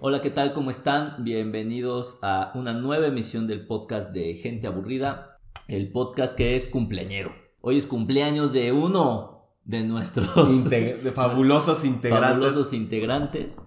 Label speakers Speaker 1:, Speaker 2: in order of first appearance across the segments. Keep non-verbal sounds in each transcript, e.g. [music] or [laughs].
Speaker 1: Hola, ¿qué tal? ¿Cómo están? Bienvenidos a una nueva emisión del podcast de Gente Aburrida, el podcast que es cumpleañero. Hoy es cumpleaños de uno de nuestros [laughs]
Speaker 2: Integ- de fabulosos integrantes.
Speaker 1: fabulosos integrantes.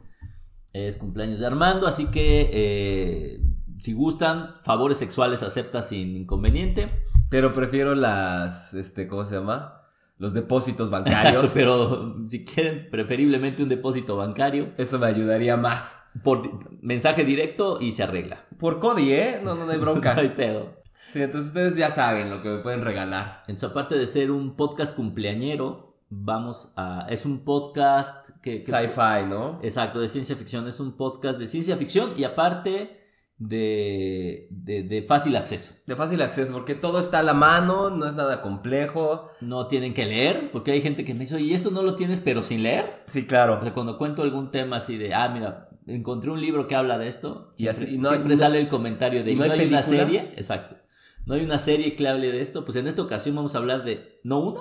Speaker 1: Es cumpleaños de Armando, así que eh, si gustan, favores sexuales acepta sin inconveniente.
Speaker 2: Pero prefiero las, este, ¿cómo se llama? Los depósitos bancarios.
Speaker 1: [laughs] Pero si quieren, preferiblemente un depósito bancario
Speaker 2: Eso me ayudaría más.
Speaker 1: por di- mensaje directo y se arregla.
Speaker 2: Por Cody, ¿eh? No,
Speaker 1: [laughs]
Speaker 2: no, no hay
Speaker 1: No hay
Speaker 2: bronca.
Speaker 1: pedo.
Speaker 2: Sí, entonces ustedes ya saben lo que me pueden regalar.
Speaker 1: Entonces, aparte de ser un podcast cumpleañero, vamos a. Es un podcast que. que-
Speaker 2: Sci-fi, ¿no?
Speaker 1: exacto, de ciencia ficción. Es un podcast de ciencia ficción y aparte de, de, de fácil acceso.
Speaker 2: De fácil acceso, porque todo está a la mano, no es nada complejo.
Speaker 1: No tienen que leer, porque hay gente que me dice, y esto no lo tienes, pero sin leer.
Speaker 2: Sí,
Speaker 1: O
Speaker 2: claro.
Speaker 1: sea, cuando cuento algún tema así de, ah, mira, encontré un libro que habla de esto,
Speaker 2: Y así-
Speaker 1: siempre,
Speaker 2: y no-
Speaker 1: siempre
Speaker 2: no-
Speaker 1: sale el comentario de,
Speaker 2: ¿y
Speaker 1: ¿y
Speaker 2: no
Speaker 1: no,
Speaker 2: hay
Speaker 1: hay una
Speaker 2: película?
Speaker 1: serie? Exacto. No hay una serie que hable de esto. Pues en esta ocasión vamos a hablar de, no una,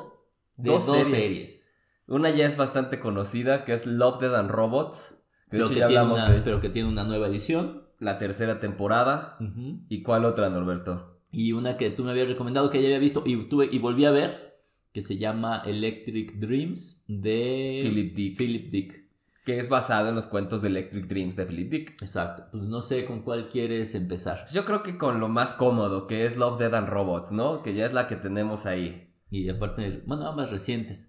Speaker 1: de
Speaker 2: Dos
Speaker 1: dos,
Speaker 2: series.
Speaker 1: series.
Speaker 2: Una ya es bastante conocida, que es Love, Dead and Robots. De
Speaker 1: pero
Speaker 2: hecho,
Speaker 1: que,
Speaker 2: ya
Speaker 1: tiene
Speaker 2: hablamos
Speaker 1: una,
Speaker 2: de
Speaker 1: pero que tiene una nueva edición.
Speaker 2: la tercera temporada. ¿Y cuál otra, Norberto?
Speaker 1: Y una que tú me habías recomendado que ya había visto y, tuve, y volví a ver, que se llama Electric Dreams de
Speaker 2: Philip Dick.
Speaker 1: Philip Dick.
Speaker 2: Que es basado en los cuentos de Electric Dreams de Philip Dick.
Speaker 1: Exacto. Pues no sé con cuál quieres empezar.
Speaker 2: Yo creo que con lo más cómodo, que es Love, Dead and Robots, ¿no? Que ya es la que tenemos ahí.
Speaker 1: Y aparte, bueno, ambas recientes.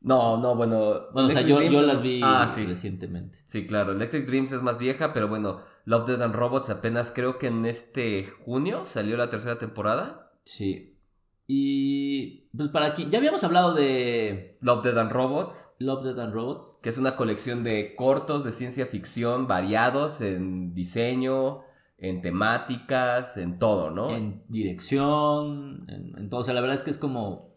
Speaker 2: No, no, bueno.
Speaker 1: Bueno,
Speaker 2: Electric
Speaker 1: o sea, yo,
Speaker 2: Dreams
Speaker 1: yo
Speaker 2: es-
Speaker 1: las vi
Speaker 2: Ah, sí.
Speaker 1: recientemente.
Speaker 2: Sí, claro. Electric Dreams es más vieja, pero bueno, Love, Dead and Robots apenas creo que en este junio salió la tercera temporada.
Speaker 1: Sí. Y pues para aquí, ya habíamos hablado de
Speaker 2: Love, Dead and Robots,
Speaker 1: Love, Death and Robots.
Speaker 2: que es una colección de cortos de ciencia ficción variados en diseño, en temáticas, en todo, ¿no?
Speaker 1: En dirección, en, en todo. O sea, la verdad es que es como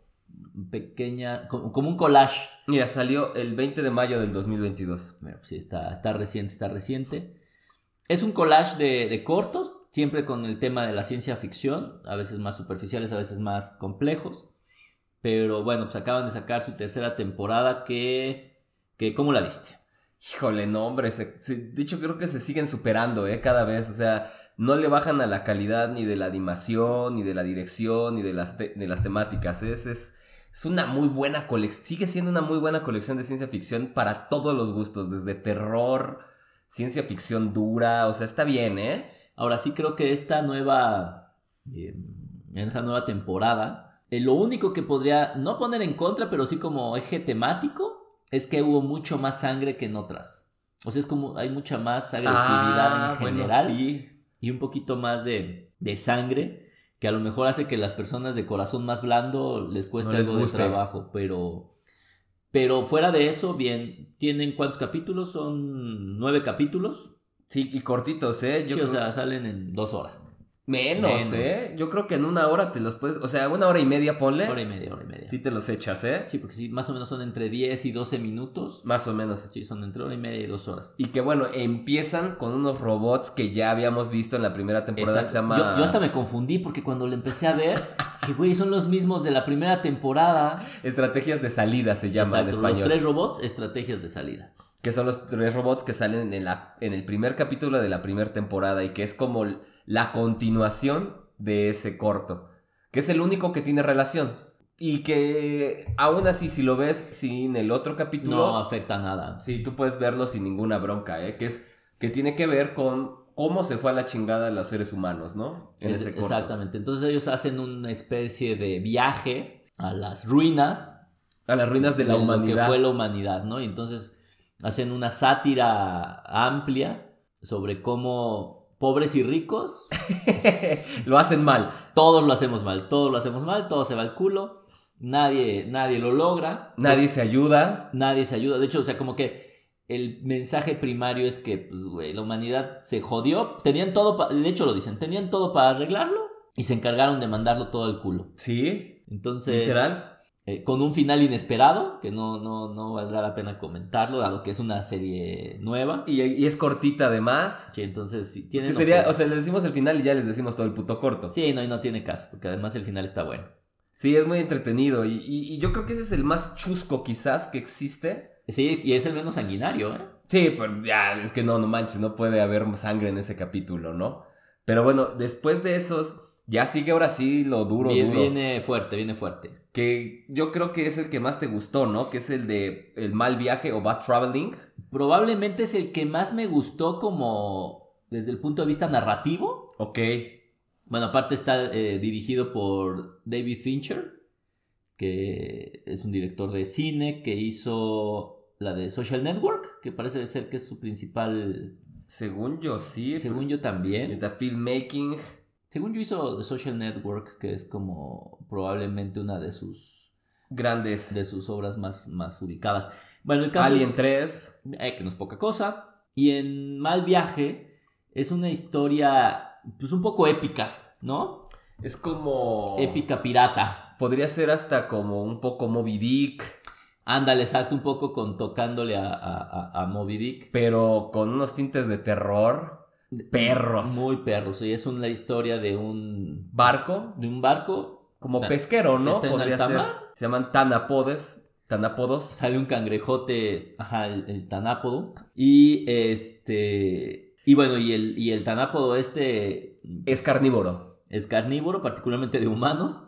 Speaker 1: pequeña, como- como un collage.
Speaker 2: Mira, salió el 20 de mayo del 2022.
Speaker 1: Bueno, pues sí, está, está reciente, está reciente. Es un collage de, de cortos, siempre con el tema de la ciencia ficción, a veces más superficiales, a veces más complejos. Pero bueno, pues acaban de sacar su tercera temporada que... que ¿Cómo la viste?
Speaker 2: Híjole, no, hombre. se- se- de hecho, creo que se siguen superando, ¿eh? Cada vez. O sea, no le bajan a la calidad ni de la animación, ni de la dirección, ni de las, te- de las temáticas. Es, es, es una muy buena colección. Sigue siendo una muy buena colección de ciencia ficción para todos los gustos, desde terror, ciencia ficción dura. O sea, está bien, ¿eh?
Speaker 1: Ahora sí creo que esta nueva... eh, en esta nueva temporada, eh, lo único que podría no poner en contra, pero sí como eje temático, es que hubo mucho más sangre que en otras. O sea, es como hay mucha más agresividad en general.
Speaker 2: Ah, bueno, sí.
Speaker 1: y un poquito más de, de sangre, que a lo mejor hace que las personas de corazón más blando les cueste
Speaker 2: No les
Speaker 1: algo de
Speaker 2: guste.
Speaker 1: trabajo, pero, pero fuera de eso, bien, ¿tienen cuántos capítulos? Son nueve capítulos.
Speaker 2: Sí, y cortitos, ¿eh?
Speaker 1: Sí, o
Speaker 2: creo-
Speaker 1: sea, salen en dos horas.
Speaker 2: menos,
Speaker 1: menos.
Speaker 2: ¿eh? Yo creo que en una hora te los puedes. O sea, una hora y media, ponle.
Speaker 1: Hora y media, hora y media.
Speaker 2: ¿Eh? Sí,
Speaker 1: Sí,
Speaker 2: te los echas, ¿eh?
Speaker 1: porque sí, más o menos son entre 10 y 12 minutos.
Speaker 2: Más o menos.
Speaker 1: Sí, son entre hora y media y dos horas.
Speaker 2: Y que bueno, empiezan con unos robots que ya habíamos visto en la primera temporada que se
Speaker 1: Exacto.
Speaker 2: llama.
Speaker 1: Yo, yo hasta me confundí porque cuando lo empecé a ver, dije, güey, son los mismos de la primera temporada.
Speaker 2: Estrategias de salida se llama en
Speaker 1: Exacto,
Speaker 2: español.
Speaker 1: Los tres robots, estrategias de salida.
Speaker 2: Que son los tres robots que salen en, la, en el primer capítulo de la primera temporada y que es como l- la continuación de ese corto. Que es el único que tiene relación. Y que aún así, si lo ves sin el otro capítulo.
Speaker 1: No afecta nada.
Speaker 2: Sí, tú puedes verlo sin ninguna bronca, ¿eh? Que es. Que tiene que ver con cómo se fue a la chingada los seres humanos, ¿no? En
Speaker 1: Es-
Speaker 2: ese corto.
Speaker 1: exactamente. Entonces ellos hacen una especie de viaje a las ruinas
Speaker 2: A las ruinas de la
Speaker 1: lo
Speaker 2: humanidad.
Speaker 1: que fue la humanidad, ¿no? Y entonces hacen una sátira amplia sobre cómo pobres y ricos,
Speaker 2: Lo hacen mal.
Speaker 1: todos lo hacemos mal, todos lo hacemos mal, todo se va al culo, nadie, nadie lo logra,
Speaker 2: Nadie se ayuda.
Speaker 1: nadie se ayuda. De hecho, o sea, como que el mensaje primario es que, pues, güey, la humanidad se jodió, tenían todo, pa- de hecho lo dicen, tenían todo para arreglarlo y se encargaron de mandarlo todo al culo.
Speaker 2: Sí,
Speaker 1: Entonces,
Speaker 2: literal.
Speaker 1: eh, con un final inesperado, que no, no, no valdrá la pena comentarlo, dado que es una serie nueva.
Speaker 2: Y, y es cortita además.
Speaker 1: Sí, entonces, si tienen...
Speaker 2: Que sería,
Speaker 1: oportunidad-
Speaker 2: o sea, les decimos el final y ya les decimos todo el puto corto. Sí,
Speaker 1: Sí, no, y no tiene caso, porque además el final está bueno.
Speaker 2: es muy entretenido. Y, y- y yo creo que ese es el más chusco quizás que existe.
Speaker 1: Sí, y es el menos sanguinario, ¿eh?
Speaker 2: Sí, pero ya, es que no, no manches, no puede haber sangre en ese capítulo, ¿no? Pero bueno, después de esos, ya sigue ahora sí lo duro,
Speaker 1: Viene-
Speaker 2: duro.
Speaker 1: viene fuerte, viene fuerte.
Speaker 2: Que yo creo que es el que más te gustó, ¿no? Que es el de El mal viaje o Bad Traveling.
Speaker 1: Probablemente es el que más me gustó como desde el punto de vista narrativo.
Speaker 2: Ok.
Speaker 1: Bueno, aparte está eh, dirigido por David Fincher, que es un director de cine que hizo la de Social Network, que parece ser que es su principal,
Speaker 2: Según yo, sí.
Speaker 1: según yo también.
Speaker 2: The filmmaking.
Speaker 1: Según yo hizo The Social Network, que es como probablemente una de sus,
Speaker 2: Grandes.
Speaker 1: de sus obras más, más ubicadas. Bueno, el caso es-
Speaker 2: Alien 3.
Speaker 1: eh, que no es poca cosa. Y en Mal Viaje es una historia, pues un poco épica, ¿no?
Speaker 2: Es como.
Speaker 1: Épica pirata.
Speaker 2: Podría ser hasta como un poco Moby Dick,
Speaker 1: Ándale, salta un poco con tocándole a, a- a- a Moby Dick.
Speaker 2: pero con unos tintes de terror. Perros.
Speaker 1: Muy perro, sí, es una historia de un,
Speaker 2: Barco,
Speaker 1: de un barco.
Speaker 2: como
Speaker 1: Está-
Speaker 2: pesquero, ¿no?
Speaker 1: está en
Speaker 2: Podría
Speaker 1: alta
Speaker 2: ser.
Speaker 1: mar.
Speaker 2: Se llaman tanapodes. Tanapodos.
Speaker 1: Sale un cangrejote, ajá, el, el tanápodo. Y este. Y bueno, y el, y el tanápodo este
Speaker 2: Es carnívoro.
Speaker 1: es carnívoro, particularmente de humanos.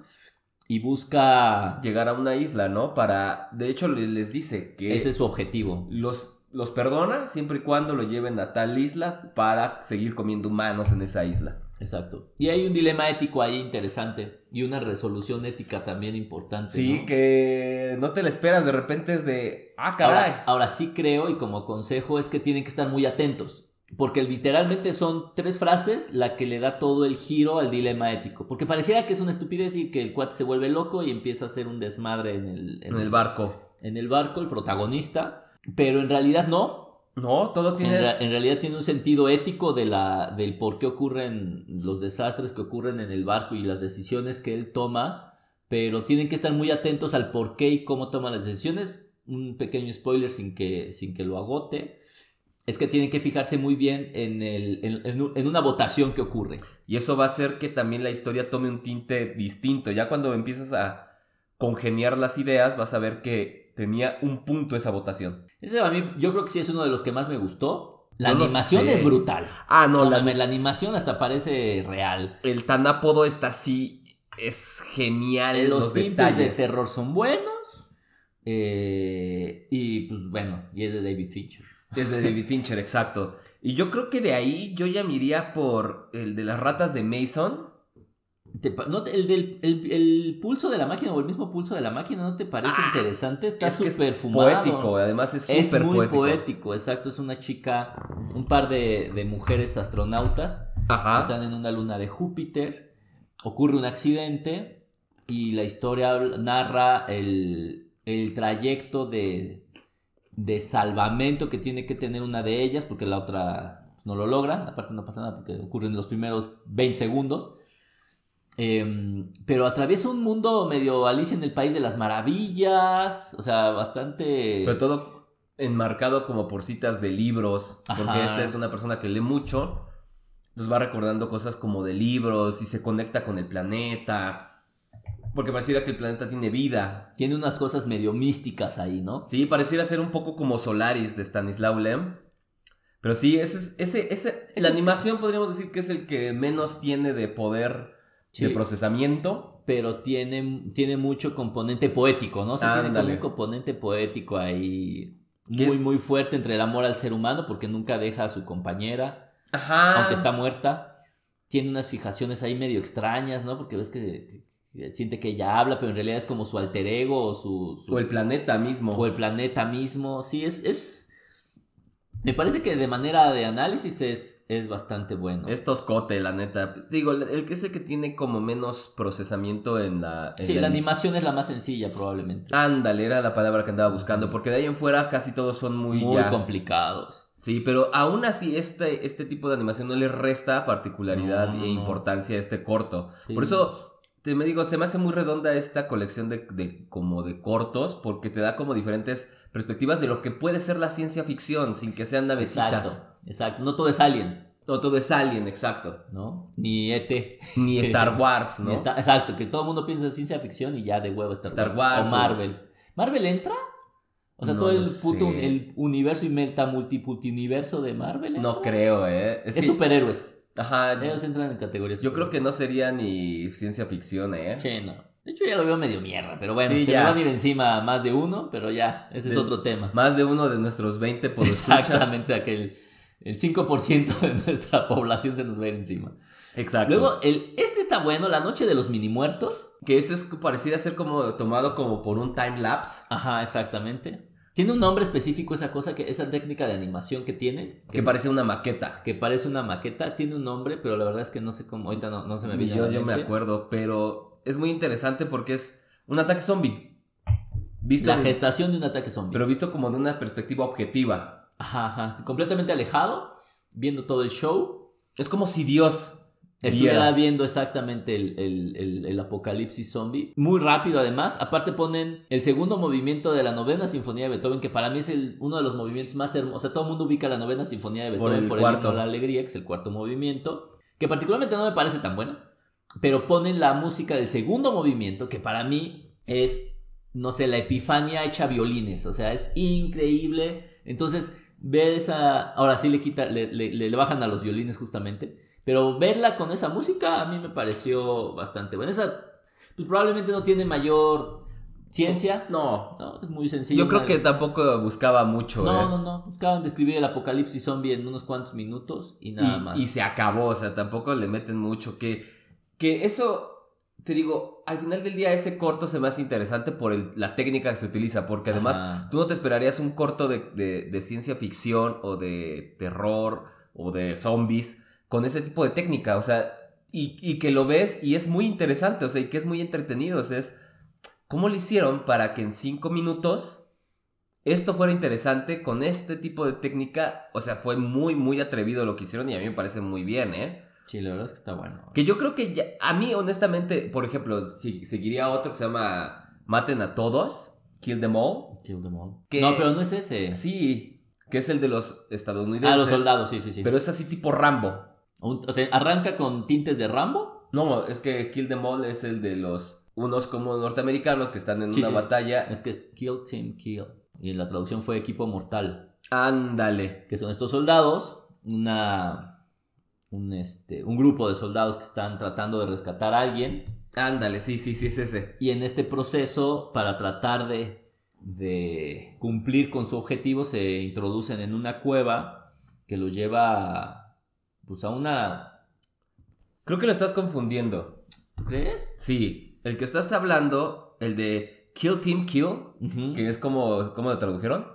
Speaker 1: Y busca.
Speaker 2: Llegar a una isla, ¿no? Para. De hecho, le- les dice que.
Speaker 1: Ese es su objetivo.
Speaker 2: los, los perdona siempre y cuando lo lleven a tal isla para seguir comiendo humanos en esa isla.
Speaker 1: Exacto. Y hay un dilema ético ahí interesante y una resolución ética también importante.
Speaker 2: Sí,
Speaker 1: ¿no?
Speaker 2: que no te la esperas, de repente es de, ah, caray.
Speaker 1: ahora, ahora sí creo y como consejo es que tienen que estar muy atentos. Porque literalmente son tres frases la que le da todo el giro al dilema ético. Porque pareciera que es una estupidez y que el cuate se vuelve loco y empieza a hacer un desmadre en el, en
Speaker 2: en el
Speaker 1: el-
Speaker 2: barco.
Speaker 1: en el barco, el protagonista. Pero en realidad no.
Speaker 2: No, todo
Speaker 1: En,
Speaker 2: tiene...
Speaker 1: ra- en realidad tiene un sentido ético de la, del por qué ocurren los desastres que ocurren en el barco y las decisiones que él toma, pero tienen que estar muy atentos al por qué y cómo toma las decisiones. Un pequeño spoiler sin que, sin que lo agote. Es que tienen que fijarse muy bien en, el, en, en u- en una votación que ocurre.
Speaker 2: Y eso va a hacer que también la historia tome un tinte distinto. Ya cuando empiezas a congeniar las ideas, vas a ver que tenía un punto esa votación.
Speaker 1: Ese a mí, yo creo que sí es uno de los que más me gustó. La
Speaker 2: No lo
Speaker 1: animación
Speaker 2: sé.
Speaker 1: es brutal.
Speaker 2: Ah, no,
Speaker 1: No,
Speaker 2: la-
Speaker 1: mames, la animación hasta parece real.
Speaker 2: el tanápodo está así, es genial. Los,
Speaker 1: Eh, los tintes
Speaker 2: detalles.
Speaker 1: de terror son buenos. eh, y pues bueno, y es de David Fincher.
Speaker 2: Es de David Fincher, exacto. Y yo creo que de ahí yo ya me iría por el de las ratas de Mason.
Speaker 1: ¿Te pa- no te- el, del, el, el pulso de la máquina o el mismo pulso de la máquina, ¿no te parece interesante? Está
Speaker 2: Ah, es que
Speaker 1: súper
Speaker 2: es
Speaker 1: fumado.
Speaker 2: poético, además es
Speaker 1: Es
Speaker 2: súper
Speaker 1: muy
Speaker 2: poético.
Speaker 1: poético. exacto. Es una chica, un par de, de mujeres astronautas que
Speaker 2: Ajá.
Speaker 1: están en una luna de Júpiter. Ocurre un accidente y la historia habla- narra el, el trayecto de, de salvamento que tiene que tener una de ellas porque la otra pues, no lo logra. Aparte no pasa nada porque ocurren los primeros 20 segundos. Em, pero atraviesa un mundo medio Alicia en el País de las Maravillas, o sea, bastante...
Speaker 2: Pero todo enmarcado como por citas de libros, porque
Speaker 1: Ajá.
Speaker 2: esta es una persona que lee mucho. Nos va recordando cosas como de libros y se conecta con el planeta. Porque pareciera que el planeta tiene vida.
Speaker 1: Tiene unas cosas medio místicas ahí, ¿no?
Speaker 2: Sí, pareciera ser un poco como Solaris de Stanislaw Lem. Pero sí, ese, es- ese, ese,
Speaker 1: Ese
Speaker 2: la
Speaker 1: es-
Speaker 2: animación podríamos decir que es el que menos tiene de poder
Speaker 1: Sí.
Speaker 2: de procesamiento.
Speaker 1: pero tiene, tiene mucho componente poético, ¿no? O sea, tiene como
Speaker 2: Ándale.
Speaker 1: un componente poético ahí muy,
Speaker 2: Que es-
Speaker 1: muy fuerte entre el amor al ser humano, porque nunca deja a su compañera,
Speaker 2: Ajá.
Speaker 1: aunque está muerta. Tiene unas fijaciones ahí medio extrañas, ¿no? Porque ves que, que siente que ella habla, pero en realidad es como su alter ego o su... su-
Speaker 2: O el planeta mismo.
Speaker 1: o el planeta mismo. Sí, es... es me parece que de manera de análisis es, es bastante bueno.
Speaker 2: Es toscote, la neta. Digo, el- el que es el que tiene como menos procesamiento en la. en
Speaker 1: sí, la
Speaker 2: animación.
Speaker 1: animación es la más sencilla probablemente.
Speaker 2: Ándale, era la palabra que andaba buscando. Porque de ahí en fuera casi todos son muy.
Speaker 1: Ah, Muy
Speaker 2: ya-
Speaker 1: complicados.
Speaker 2: Sí, pero aún así este, este tipo de animación no le resta particularidad
Speaker 1: No, no,
Speaker 2: e
Speaker 1: no.
Speaker 2: importancia a este corto.
Speaker 1: Sí.
Speaker 2: Por eso, te me digo, se me hace muy redonda esta colección de, de- como de cortos porque te da como diferentes perspectivas de lo que puede ser la ciencia ficción sin que sean navecitas.
Speaker 1: Exacto, exacto. No todo es Alien,
Speaker 2: No todo es Alien, exacto.
Speaker 1: ¿no? Ni ET. [laughs]
Speaker 2: Ni Star Wars, ¿no?
Speaker 1: ni esta- exacto, que todo el mundo piensa en ciencia ficción y ya de huevo Star,
Speaker 2: Star
Speaker 1: Wars.
Speaker 2: Wars,
Speaker 1: O
Speaker 2: o-
Speaker 1: Marvel. ¿Marvel entra? O sea,
Speaker 2: No
Speaker 1: todo el
Speaker 2: lo
Speaker 1: puto
Speaker 2: sé.
Speaker 1: el universo y meta multipultiniverso de Marvel.
Speaker 2: No
Speaker 1: ¿esto?
Speaker 2: creo, ¿eh?
Speaker 1: Es,
Speaker 2: que-
Speaker 1: superhéroes.
Speaker 2: Ajá,
Speaker 1: Ellos entran en categorías.
Speaker 2: yo creo que no sería ni ciencia ficción, ¿eh?
Speaker 1: Che, no. De hecho, ya lo veo medio mierda, pero bueno,
Speaker 2: Sí,
Speaker 1: se
Speaker 2: ya.
Speaker 1: le van a ir encima a más de uno, pero ya, ese es
Speaker 2: De-
Speaker 1: otro tema.
Speaker 2: Más de uno de nuestros 20 por
Speaker 1: [laughs] Exactamente, o sea, que el, el 5% de nuestra población se nos va a ir encima.
Speaker 2: Exacto.
Speaker 1: Luego, el, este está bueno, La Noche de los Mini Muertos.
Speaker 2: que eso es pareciera ser como tomado como por un time lapse.
Speaker 1: Ajá, exactamente. Tiene un nombre específico esa cosa, que esa técnica de animación que tienen.
Speaker 2: Que parece una maqueta.
Speaker 1: que parece una maqueta, tiene un nombre, pero la verdad es que no sé cómo, ahorita no, no se me
Speaker 2: Y
Speaker 1: viene. a
Speaker 2: yo,
Speaker 1: la
Speaker 2: yo me
Speaker 1: mente.
Speaker 2: acuerdo, pero es muy interesante porque es un ataque zombie. Visto
Speaker 1: La
Speaker 2: de-
Speaker 1: gestación de un ataque zombie.
Speaker 2: pero visto como de una perspectiva objetiva.
Speaker 1: Ajá, ajá. Completamente alejado, viendo todo el show.
Speaker 2: Es como si Dios
Speaker 1: Estuviera
Speaker 2: viera.
Speaker 1: viendo exactamente el, el- el- el apocalipsis zombie. Muy rápido, además. Aparte, ponen el segundo movimiento de la novena sinfonía de Beethoven, que para mí es el- uno de los movimientos más hermosos. O sea, todo el mundo ubica la novena sinfonía de
Speaker 2: Por
Speaker 1: Beethoven por el,
Speaker 2: el cuarto.
Speaker 1: himno a la alegría, que es el cuarto movimiento. Que particularmente no me parece tan bueno. Pero ponen la música del segundo movimiento, que para mí es, no sé, la epifania hecha violines. O sea, es increíble. Entonces, ver esa. Ahora sí le quita, le- le- le- le bajan a los violines justamente. Pero verla con esa música a mí me pareció bastante buena. Esa pues, probablemente no tiene mayor ciencia.
Speaker 2: No,
Speaker 1: No, es muy sencillo.
Speaker 2: yo creo que tampoco buscaba mucho.
Speaker 1: No,
Speaker 2: ¿eh?
Speaker 1: no, no. Buscaban describir el apocalipsis zombie en unos cuantos minutos y nada más.
Speaker 2: y, y se acabó, o sea, tampoco le meten mucho que, que eso, te digo, al final del día ese corto se me hace interesante por el- la técnica que se utiliza, porque además
Speaker 1: Ajá.
Speaker 2: tú no te esperarías un corto de, de- de ciencia ficción o de terror o de zombies con ese tipo de técnica, o sea, y, y que lo ves y es muy interesante, o sea, y que es muy entretenido, o sea, es, ¿cómo lo hicieron para que en cinco minutos... Esto fuera interesante con este tipo de técnica, o sea, fue muy, muy atrevido lo que hicieron y a mí me parece muy bien, ¿eh?
Speaker 1: Sí, la verdad es que está bueno.
Speaker 2: Que yo creo que ya- a mí, honestamente, por ejemplo, si, seguiría otro que se llama Maten a Todos, Kill Them All.
Speaker 1: Kill them all.
Speaker 2: Que-
Speaker 1: No, pero no es ese.
Speaker 2: Sí, que es el de los estadounidenses.
Speaker 1: ah, los soldados, sí, sí, sí.
Speaker 2: Pero es así tipo Rambo.
Speaker 1: Un- o sea, arranca con tintes de Rambo.
Speaker 2: No, es que Kill Them All es el de los, unos como norteamericanos que están en
Speaker 1: Sí,
Speaker 2: una
Speaker 1: sí, sí.
Speaker 2: batalla.
Speaker 1: Es que es Kill Team Kill. Y la traducción fue Equipo Mortal.
Speaker 2: Ándale.
Speaker 1: que son estos soldados, una, un, este, un grupo de soldados que están tratando de rescatar a alguien
Speaker 2: Ándale, sí, sí, sí, es ese.
Speaker 1: y en este proceso para tratar de, de cumplir con su objetivo se introducen en una cueva que los lleva a, pues a una...
Speaker 2: Creo que lo estás confundiendo.
Speaker 1: ¿Tú crees?
Speaker 2: Sí, el que estás hablando, el de Kill Team Kill,
Speaker 1: Ujú.
Speaker 2: que es como, ¿cómo lo tradujeron?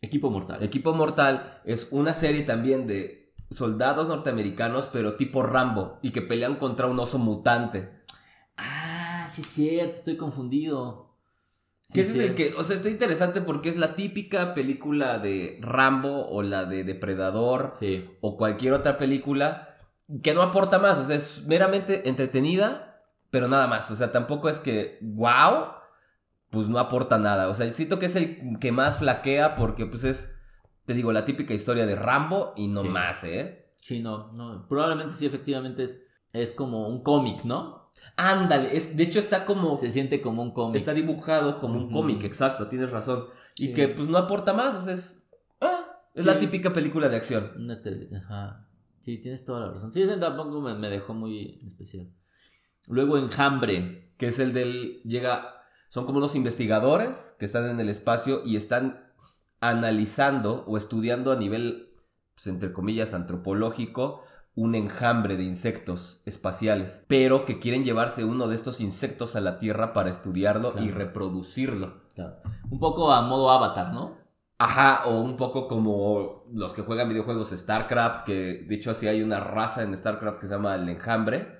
Speaker 1: Equipo mortal.
Speaker 2: Equipo Mortal es una serie también de soldados norteamericanos, pero tipo Rambo, y que pelean contra un oso mutante.
Speaker 1: Ah, sí es cierto, estoy confundido. Sí
Speaker 2: Que ese es el
Speaker 1: cierto.
Speaker 2: que, o sea, está interesante porque es la típica película de Rambo o la de Depredador
Speaker 1: Sí.
Speaker 2: o cualquier otra película que no aporta más, o sea, es meramente entretenida, pero nada más, o sea, tampoco es que, wow, pues no aporta nada, o sea, siento que es el que más flaquea porque pues es, te digo, la típica historia de Rambo y no
Speaker 1: Sí.
Speaker 2: más, ¿eh?
Speaker 1: Sí, no, no. Probablemente sí, efectivamente es, es como un cómic, ¿no?
Speaker 2: Ándale, es, de hecho está como,
Speaker 1: Se siente como un cómic.
Speaker 2: está dibujado como un
Speaker 1: Ujú.
Speaker 2: cómic, exacto, tienes razón, y
Speaker 1: Sí.
Speaker 2: que pues no aporta más, o sea, es, ah, es
Speaker 1: Sí.
Speaker 2: la típica película de acción.
Speaker 1: Una tele- Ajá. Sí, tienes toda la razón. Sí, ese tampoco me, me dejó muy especial. Luego Enjambre.
Speaker 2: que es el del llega son como unos investigadores que están en el espacio y están analizando o estudiando a nivel pues, entre comillas antropológico un enjambre de insectos espaciales, pero que quieren llevarse uno de estos insectos a la Tierra para estudiarlo y
Speaker 1: Claro.
Speaker 2: reproducirlo.
Speaker 1: Claro. Un poco a modo avatar, ¿no?
Speaker 2: Ajá, o un poco como los que juegan videojuegos StarCraft, que de hecho así hay una raza en StarCraft que se llama el enjambre,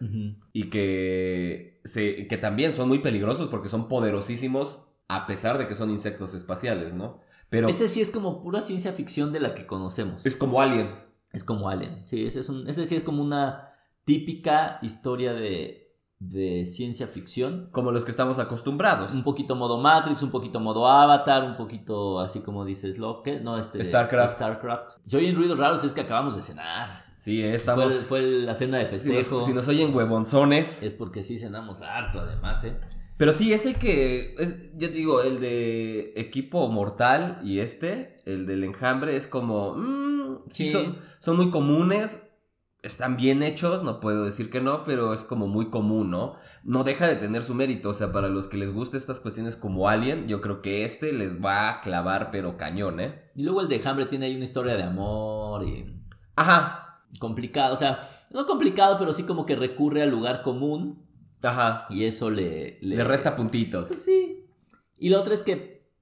Speaker 2: y que, se, que también son muy peligrosos porque son poderosísimos a pesar de que son insectos espaciales, ¿no? Pero
Speaker 1: Ese sí es como pura ciencia ficción de la que conocemos.
Speaker 2: es como Alien.
Speaker 1: Es como Alien. Sí, ese, es un, ese sí es como una típica historia de, de ciencia ficción.
Speaker 2: Como los que estamos acostumbrados.
Speaker 1: Un poquito modo Matrix, un poquito modo Avatar, un poquito así como dices Love, ¿qué? No, este.
Speaker 2: Starcraft.
Speaker 1: Starcraft. Yo oyen ruidos raros, es que acabamos de cenar.
Speaker 2: Sí, eh,
Speaker 1: Fue,
Speaker 2: estamos...
Speaker 1: fue la cena de
Speaker 2: si,
Speaker 1: festejo.
Speaker 2: nos, si nos oyen huevonzones,
Speaker 1: Es porque sí cenamos harto, además, ¿eh?
Speaker 2: Pero sí, es el que, es, yo te digo, el de equipo mortal y este, el del enjambre, es como, mm, sí,
Speaker 1: Sí.
Speaker 2: son, son muy comunes, están bien hechos, no puedo decir que no, pero es como muy común, ¿no? No deja de tener su mérito, o sea, para los que les guste estas cuestiones como Alien, yo creo que este les va a clavar, pero cañón, ¿eh?
Speaker 1: Y luego el de Hambre tiene ahí una historia de amor y
Speaker 2: Ajá,
Speaker 1: complicado, o sea, no complicado, pero sí como que recurre al lugar común
Speaker 2: ajá,
Speaker 1: y eso le... le-
Speaker 2: le resta puntitos.
Speaker 1: Pues sí. Y la otra es que,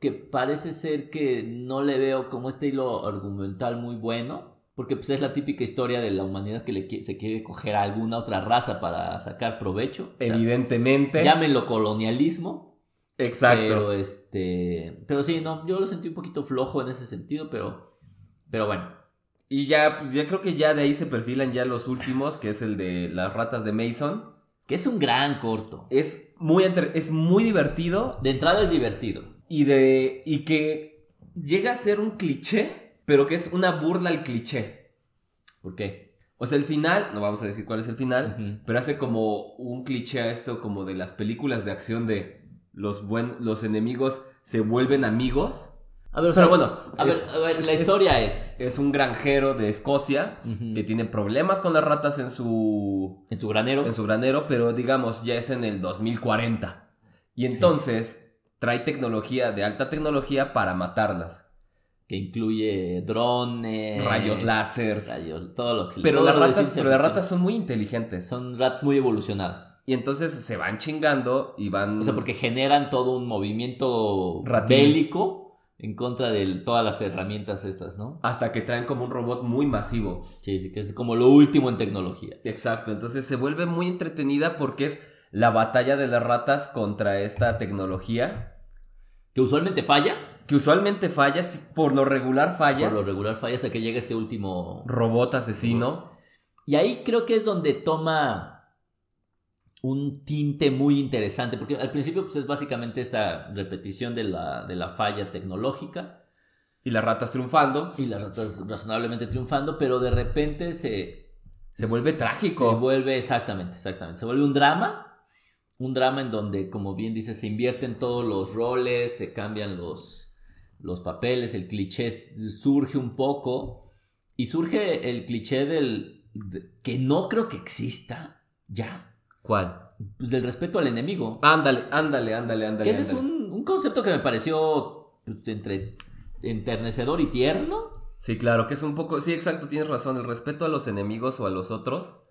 Speaker 1: que parece ser que no le veo como este hilo argumental muy bueno, porque pues es la típica historia de la humanidad que le qui- se quiere coger a alguna otra raza para sacar provecho. O sea,
Speaker 2: Evidentemente.
Speaker 1: llámenlo colonialismo.
Speaker 2: Exacto.
Speaker 1: Pero este. Pero sí, no, yo lo sentí un poquito flojo en ese sentido, pero. Pero bueno.
Speaker 2: Y ya, pues, ya creo que ya de ahí se perfilan ya los últimos, que es el de las ratas de Mason.
Speaker 1: Que es un gran corto.
Speaker 2: Es muy, entre- es muy divertido
Speaker 1: De entrada es divertido.
Speaker 2: y, de, y que llega a ser un cliché, pero que es una burla al cliché.
Speaker 1: ¿Por qué?
Speaker 2: O sea, el final, no vamos a decir cuál es el final,
Speaker 1: Ujú.
Speaker 2: pero hace como un cliché a esto como de las películas de acción de los, buen, los enemigos se vuelven amigos.
Speaker 1: A ver, o
Speaker 2: Pero
Speaker 1: sea,
Speaker 2: bueno,
Speaker 1: A ver,
Speaker 2: es-
Speaker 1: a ver,
Speaker 2: es-
Speaker 1: la
Speaker 2: es-
Speaker 1: historia es.
Speaker 2: Es un granjero de Escocia
Speaker 1: Ujú.
Speaker 2: que tiene problemas con las ratas en su
Speaker 1: En su granero.
Speaker 2: en su granero, pero digamos ya es en el 2040. Y entonces trae tecnología, de alta tecnología para matarlas.
Speaker 1: Que incluye drones.
Speaker 2: Rayos lásers.
Speaker 1: Eh, rayos, todo lo que
Speaker 2: Pero
Speaker 1: todo
Speaker 2: las
Speaker 1: lo de
Speaker 2: ratas,
Speaker 1: ciencia
Speaker 2: pero las
Speaker 1: ficción.
Speaker 2: ratas son muy inteligentes.
Speaker 1: Son ratas muy evolucionadas.
Speaker 2: Y entonces se van chingando y van...
Speaker 1: O sea, porque generan todo un movimiento
Speaker 2: Mm. Ratín.
Speaker 1: bélico en contra de todas las herramientas estas, ¿no?
Speaker 2: Hasta que traen como un robot muy masivo.
Speaker 1: Sí, sí, que es como lo último en tecnología.
Speaker 2: Exacto, entonces se vuelve muy entretenida porque es la batalla de las ratas contra esta tecnología.
Speaker 1: Que usualmente falla.
Speaker 2: Que usualmente falla, sí, por lo regular falla.
Speaker 1: Por lo regular falla hasta que llega este último.
Speaker 2: Robot asesino.
Speaker 1: Y ahí creo que es donde toma un tinte muy interesante, porque al principio pues, es básicamente esta repetición de la, de la falla tecnológica
Speaker 2: Y las ratas triunfando.
Speaker 1: y las ratas razonablemente triunfando, pero de repente se...
Speaker 2: Se vuelve trágico.
Speaker 1: Se vuelve, exactamente, exactamente. Se vuelve un drama, un drama en donde, como bien dices, se invierten todos los roles, se cambian los, los papeles, el cliché surge un poco y surge el cliché del... de- que no creo que exista ya,
Speaker 2: ¿Cuál?
Speaker 1: pues, del respeto al enemigo.
Speaker 2: Ándale, ándale, ándale, Ah, ándale.
Speaker 1: que ese es
Speaker 2: ándale.
Speaker 1: un, un concepto que me pareció pues, entre enternecedor y tierno.
Speaker 2: Sí, claro, que es un poco. Sí, exacto, tienes razón. El respeto a los enemigos o a los otros.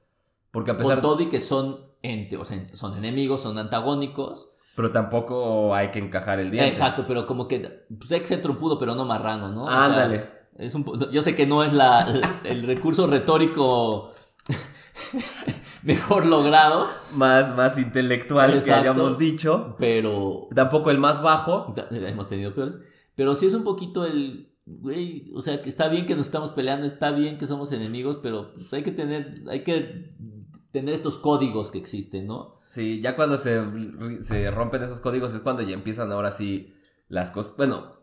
Speaker 2: Porque a
Speaker 1: Con
Speaker 2: pesar.
Speaker 1: todo y que son ente, o sea, son enemigos, son antagónicos.
Speaker 2: Pero tampoco hay que encajar el diente.
Speaker 1: Exacto, pero como que pues, hay que ser trompudo, pero no marrano, ¿no? O sea,
Speaker 2: Ándale.
Speaker 1: es un po- yo sé que no es la, el recurso retórico [laughs] mejor logrado,
Speaker 2: Más, más intelectual que
Speaker 1: Exacto.
Speaker 2: hayamos dicho.
Speaker 1: pero
Speaker 2: Tampoco el más bajo.
Speaker 1: da- hemos tenido peores. Pero sí es un poquito el, güey, o sea, que está bien que nos estamos peleando, está bien que somos enemigos, pero pues, hay que tener, hay que tener estos códigos que existen, ¿no?
Speaker 2: Sí, ya cuando se, se rompen esos códigos es cuando ya empiezan ahora sí las cosas. Bueno,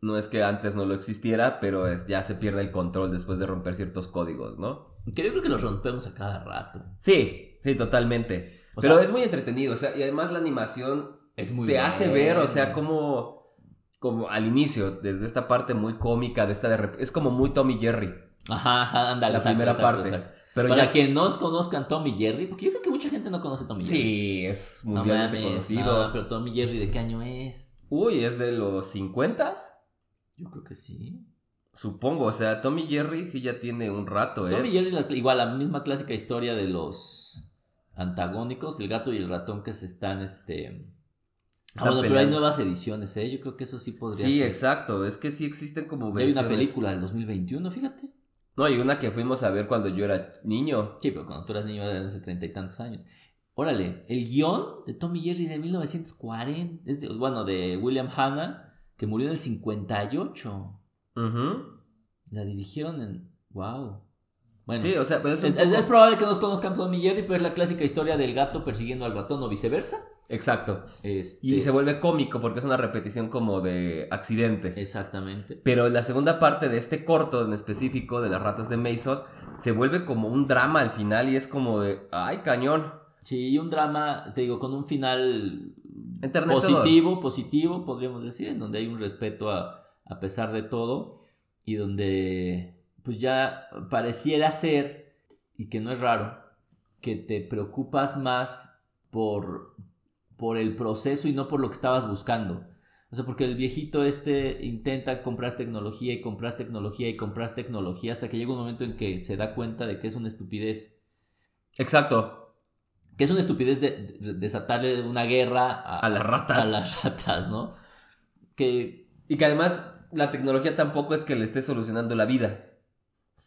Speaker 2: no es que antes no lo existiera, pero es, ya se pierde el control después de romper ciertos códigos, ¿no?
Speaker 1: Que yo creo que los rompemos a cada rato.
Speaker 2: Sí, sí, totalmente.
Speaker 1: O
Speaker 2: Pero
Speaker 1: sea-
Speaker 2: es muy entretenido, o sea, y además la animación
Speaker 1: Es muy
Speaker 2: te hace ver, o sea,
Speaker 1: bueno.
Speaker 2: como, como al inicio, desde esta parte muy cómica, de esta de rep- es como muy Tommy Jerry,
Speaker 1: Ajá, ajá, ándale,
Speaker 2: la
Speaker 1: exacto,
Speaker 2: primera
Speaker 1: exacto,
Speaker 2: parte.
Speaker 1: exacto.
Speaker 2: Pero
Speaker 1: Para
Speaker 2: ya,
Speaker 1: quien no os conozcan Tom y Jerry, porque yo creo que mucha gente no conoce Tom y Jerry.
Speaker 2: sí, es
Speaker 1: No
Speaker 2: mundialmente
Speaker 1: mames,
Speaker 2: conocido.
Speaker 1: no, pero Tom y Jerry, ¿de qué año es?
Speaker 2: Uy, es de los 50
Speaker 1: Yo creo que sí.
Speaker 2: supongo, o sea, Tommy Jerry sí ya tiene un rato,
Speaker 1: Tom y
Speaker 2: ¿eh?
Speaker 1: Jerry, la- igual, la misma clásica historia de los antagónicos, el gato y el ratón que se están, este... ah,
Speaker 2: Están
Speaker 1: bueno, pero hay
Speaker 2: peleando.
Speaker 1: nuevas ediciones, ¿eh? Yo creo que eso sí podría
Speaker 2: Sí,
Speaker 1: ser.
Speaker 2: exacto, es que sí existen como
Speaker 1: Ya hay una
Speaker 2: versiones.
Speaker 1: película del 2021, fíjate.
Speaker 2: No, y una que fuimos a ver cuando yo era niño.
Speaker 1: Sí, pero cuando tú eras niño eran hace treinta y tantos años. Órale, el guión de Tommy Jerry es de 1940, es de- bueno, de William Hanna, que murió en el 58.
Speaker 2: Ujú.
Speaker 1: La dirigieron en... ¡Wow! Bueno,
Speaker 2: Sí, o sea, pero es
Speaker 1: es,
Speaker 2: un
Speaker 1: es-
Speaker 2: poco-
Speaker 1: es probable que nos conozcan Tommy Jerry, pero es la clásica historia del gato persiguiendo al ratón o viceversa.
Speaker 2: Exacto.
Speaker 1: Este,
Speaker 2: Y se vuelve cómico porque es una repetición como de accidentes.
Speaker 1: Exactamente.
Speaker 2: Pero la segunda parte de este corto en específico de las ratas de Mason se vuelve como un drama al final y es como de, ay cañón.
Speaker 1: Sí, y un drama, te digo, con un final
Speaker 2: Enternecedor.
Speaker 1: positivo, positivo, podríamos decir, en donde hay un respeto a, a pesar de todo y donde pues ya pareciera ser, y que no es raro, que te preocupas más por, por el proceso y no por lo que estabas buscando. O sea, porque el viejito este intenta comprar tecnología y comprar tecnología y comprar tecnología hasta que llega un momento en que se da cuenta de que es una estupidez.
Speaker 2: Exacto.
Speaker 1: Que es una estupidez de- de- desatarle una guerra a,
Speaker 2: A las ratas.
Speaker 1: a las ratas, ¿no? Que,
Speaker 2: Y que además la tecnología tampoco es que le esté solucionando la vida.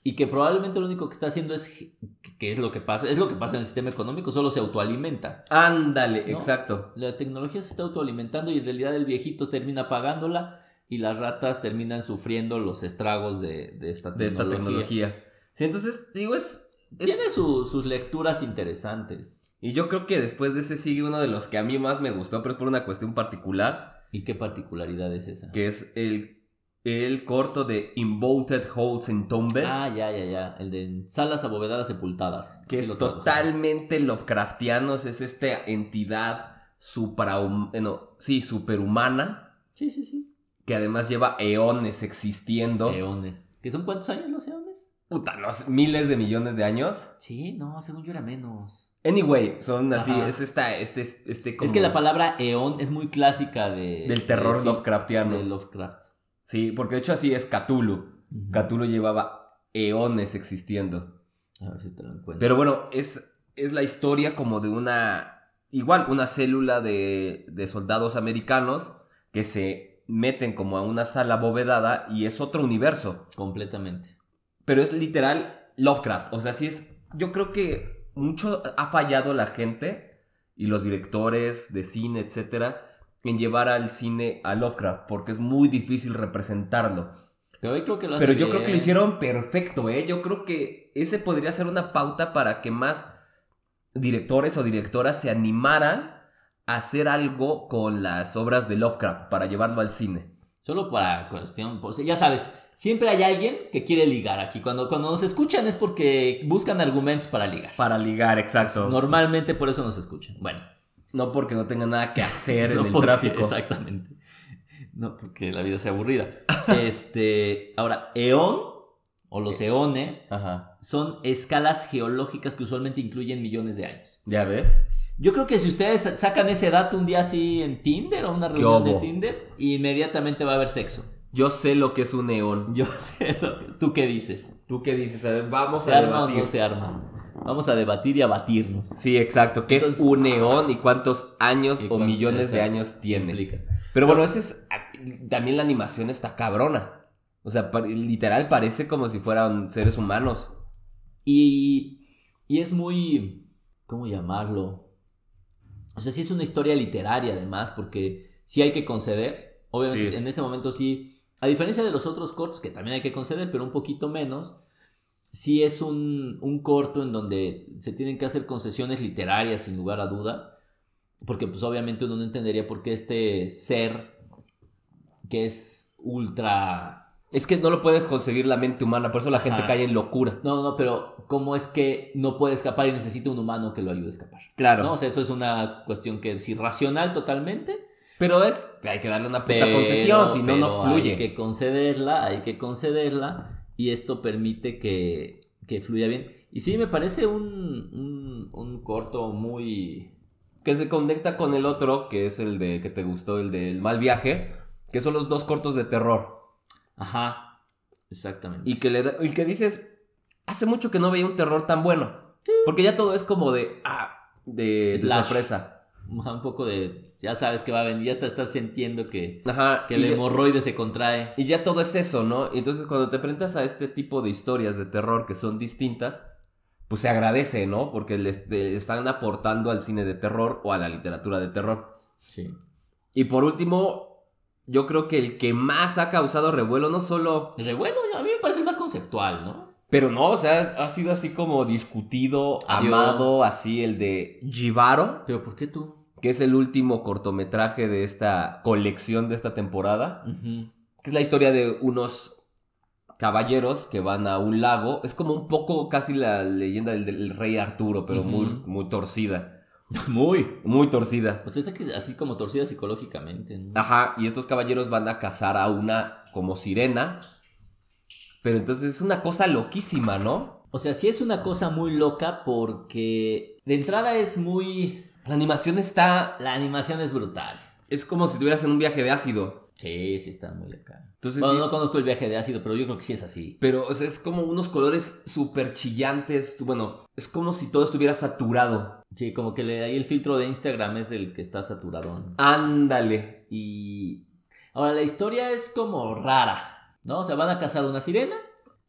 Speaker 1: y que probablemente lo único que está haciendo es ge- que- que es lo que pasa, es lo que pasa en el sistema económico, solo se autoalimenta.
Speaker 2: Ándale,
Speaker 1: ¿No?
Speaker 2: exacto.
Speaker 1: La tecnología se está autoalimentando y en realidad el viejito termina pagándola y las ratas terminan sufriendo los estragos de, de esta tecnología.
Speaker 2: De esta tecnología. Sí, entonces, digo, es. es-
Speaker 1: Tiene su- sus lecturas interesantes.
Speaker 2: Y yo creo que después de ese sigue uno de los que a mí más me gustó, pero es por una cuestión particular,
Speaker 1: ¿Y qué particularidad es esa?
Speaker 2: que es el, el corto de Involted Holes in Tomber,
Speaker 1: Ah, ya, ya, ya. El de salas abovedadas sepultadas.
Speaker 2: que
Speaker 1: Sí
Speaker 2: es
Speaker 1: lo tradujeron.
Speaker 2: totalmente Lovecraftianos, es esta entidad suprahum- eh, no, sí, superhumana,
Speaker 1: Sí, sí, sí.
Speaker 2: que además lleva eones existiendo,
Speaker 1: Eones. ¿Que son cuántos años los eones?
Speaker 2: puta, los miles de millones de años.
Speaker 1: Sí, no, según yo era menos.
Speaker 2: Anyway, son así,
Speaker 1: Ajá.
Speaker 2: es esta, este, este como
Speaker 1: Es que la palabra eón es muy clásica de...
Speaker 2: del terror
Speaker 1: de-
Speaker 2: Lovecraftiano.
Speaker 1: De Lovecraft.
Speaker 2: Sí, porque de hecho así es Cthulhu.
Speaker 1: Ujú.
Speaker 2: Cthulhu llevaba eones existiendo.
Speaker 1: A ver si te lo encuentro.
Speaker 2: Pero bueno, es, es la historia como de una, igual, una célula de, de soldados americanos que se meten como a una sala bovedada y es otro universo.
Speaker 1: Completamente.
Speaker 2: Pero es literal Lovecraft. O sea, sí es, yo creo que mucho ha fallado la gente y los directores de cine, etcétera, en llevar al cine a Lovecraft, porque es muy difícil representarlo.
Speaker 1: Pero hoy creo que lo hace
Speaker 2: Pero yo creo
Speaker 1: bien.
Speaker 2: que lo hicieron perfecto, ¿eh? Yo creo que ese podría ser una pauta para que más directores o directoras se animaran a hacer algo con las obras de Lovecraft para llevarlo al cine.
Speaker 1: Solo para cuestión, pues, ya sabes, siempre hay alguien que quiere ligar aquí. Cuando, cuando nos escuchan es porque buscan argumentos para ligar.
Speaker 2: Para ligar, exacto. No,
Speaker 1: Normalmente por eso nos escuchan. Bueno,
Speaker 2: porque no tenga nada que hacer [laughs] en
Speaker 1: no
Speaker 2: el
Speaker 1: porque-
Speaker 2: tráfico.
Speaker 1: Exactamente. No porque la vida sea aburrida. [laughs] este, ahora, eón o los eones
Speaker 2: Ajá.
Speaker 1: son escalas geológicas que usualmente incluyen millones de años.
Speaker 2: ¿Ya ves?
Speaker 1: Yo creo que si ustedes sacan ese dato un día así en Tinder o una reunión de
Speaker 2: hubo?
Speaker 1: Tinder, inmediatamente va a haber sexo. [laughs]
Speaker 2: Yo sé lo que es un neón.
Speaker 1: Yo sé lo que- ¿Tú qué dices?
Speaker 2: ¿Tú qué dices? A ver, vamos
Speaker 1: ¿Se
Speaker 2: a
Speaker 1: arma o
Speaker 2: debatir.
Speaker 1: no se arma? Vamos a debatir y a batirnos.
Speaker 2: Sí, exacto. ¿Qué es
Speaker 1: Entonces-
Speaker 2: un neón y cuántos años
Speaker 1: Y
Speaker 2: o
Speaker 1: cuán-
Speaker 2: millones de
Speaker 1: exacto,
Speaker 2: años tiene?
Speaker 1: implica.
Speaker 2: Pero bueno, ese es, ah, también la animación está cabrona. O sea, par- literal parece como si fueran seres humanos.
Speaker 1: Y, y es muy... ¿Cómo llamarlo? O sea, sí es una historia literaria además, porque sí hay que conceder. Obviamente,
Speaker 2: Sí.
Speaker 1: en ese momento sí... A diferencia de los otros cortos, que también hay que conceder, pero un poquito menos, sí es un, un corto en donde se tienen que hacer concesiones literarias, sin lugar a dudas, porque pues obviamente uno no entendería por qué este ser que es ultra
Speaker 2: Es que no lo puedes concebir la mente humana, por eso la gente
Speaker 1: Ajá.
Speaker 2: cae en locura.
Speaker 1: No, no, pero ¿cómo es que no puede escapar y necesita un humano que lo ayude a escapar?
Speaker 2: Claro.
Speaker 1: ¿No? O sea, eso es una cuestión que es irracional totalmente.
Speaker 2: Pero es, hay que darle una puta
Speaker 1: Pero,
Speaker 2: concesión, si no,
Speaker 1: pero
Speaker 2: no
Speaker 1: Hay
Speaker 2: fluye.
Speaker 1: que concederla, hay que concederla. Y esto permite que, que fluya bien. Y sí, me parece un, un, un corto muy...
Speaker 2: que se conecta con el otro, que es el de que te gustó, el del mal viaje, que son los dos cortos de terror.
Speaker 1: Ajá, exactamente.
Speaker 2: Y que, le da- y que dices, hace mucho que no veía un terror tan bueno. Porque ya todo es como de, ah, de, de
Speaker 1: Slash.
Speaker 2: sorpresa.
Speaker 1: [laughs] un poco de... Ya sabes que va a venir, ya hasta estás sintiendo que,
Speaker 2: Ajá.
Speaker 1: que
Speaker 2: y
Speaker 1: el
Speaker 2: ya-
Speaker 1: hemorroide se contrae.
Speaker 2: Y ya todo es eso, ¿no? Y Entonces cuando te enfrentas a este tipo de historias de terror que son distintas, pues se agradece, ¿no? Porque le est- le están aportando al cine de terror o a la literatura de terror.
Speaker 1: Sí.
Speaker 2: Y por último, yo creo que el que más ha causado revuelo, no solo...
Speaker 1: Revuelo, Pues a mí me parece el más conceptual, ¿no?
Speaker 2: Pero no, o sea, ha sido así como discutido,
Speaker 1: Adiós.
Speaker 2: amado, así el de Jivaro,
Speaker 1: Pero ¿por qué tú?
Speaker 2: que es el último cortometraje de esta colección de esta temporada.
Speaker 1: Ujú.
Speaker 2: que es la historia de unos caballeros que van a un lago. Es como un poco casi la leyenda del, del rey Arturo, pero muy,
Speaker 1: Ujú.
Speaker 2: muy torcida.
Speaker 1: Muy.
Speaker 2: Muy torcida.
Speaker 1: Pues está que así como torcida psicológicamente. ¿no?
Speaker 2: Ajá, y estos caballeros van a cazar a una como sirena. Pero entonces es una cosa loquísima, ¿no?
Speaker 1: O sea, sí es una cosa muy loca porque de entrada es muy...
Speaker 2: La animación está...
Speaker 1: La animación es brutal.
Speaker 2: Es como si estuvieras en un viaje de ácido.
Speaker 1: Sí, sí está muy acá.
Speaker 2: Entonces,
Speaker 1: bueno,
Speaker 2: sí,
Speaker 1: Ah, no conozco el viaje de ácido, pero yo creo que sí es así.
Speaker 2: Pero o sea, es como unos colores súper chillantes. tú- Bueno, es como si todo estuviera saturado.
Speaker 1: Sí, como que le, ahí el filtro de Instagram es el que está saturadón.
Speaker 2: Ándale.
Speaker 1: Y... Ahora, la historia es como rara, ¿no? O sea, van a cazar una sirena.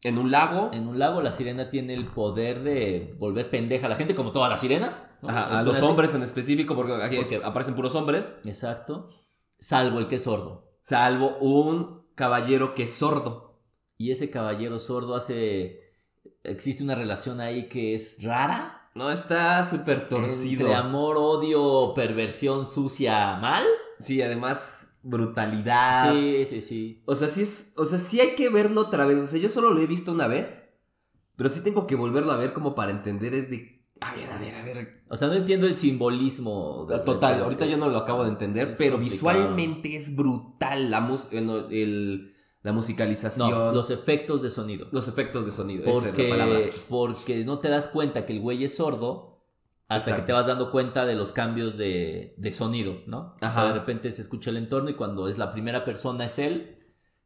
Speaker 2: En un lago.
Speaker 1: En un lago la sirena tiene el poder de volver pendeja a la gente, como todas las sirenas. ¿no?
Speaker 2: Ajá, a
Speaker 1: Es
Speaker 2: los
Speaker 1: una-
Speaker 2: hombres en específico, porque aquí
Speaker 1: Porque-
Speaker 2: aparecen puros hombres.
Speaker 1: Exacto. Salvo el que es sordo.
Speaker 2: Salvo un caballero que es sordo.
Speaker 1: Y ese caballero sordo hace... Existe una relación ahí que es rara.
Speaker 2: No, está súper torcido.
Speaker 1: Entre amor, odio, perversión, sucia, mal.
Speaker 2: Sí, además, brutalidad.
Speaker 1: Sí, sí, sí.
Speaker 2: O sea, sí es. O sea, sí hay que verlo otra vez. O sea, yo solo lo he visto una vez. Pero sí tengo que volverlo a ver como para entender. Es de. A ver, a ver, a ver.
Speaker 1: O sea, no entiendo el simbolismo. de-
Speaker 2: Total,
Speaker 1: de-
Speaker 2: ahorita yo no lo acabo de entender.
Speaker 1: Es
Speaker 2: pero
Speaker 1: complicado.
Speaker 2: visualmente es brutal la, mus- eh, no, el- la musicalización.
Speaker 1: No,
Speaker 2: los,
Speaker 1: los efectos de sonido.
Speaker 2: efectos de sonido. Esa es la palabra.
Speaker 1: Porque, porque no te das cuenta que el güey es sordo hasta
Speaker 2: Exacto.
Speaker 1: que te vas dando cuenta de los cambios de, de sonido, ¿no? O sea,
Speaker 2: Ajá.
Speaker 1: de repente se escucha el entorno y cuando es la primera persona es él,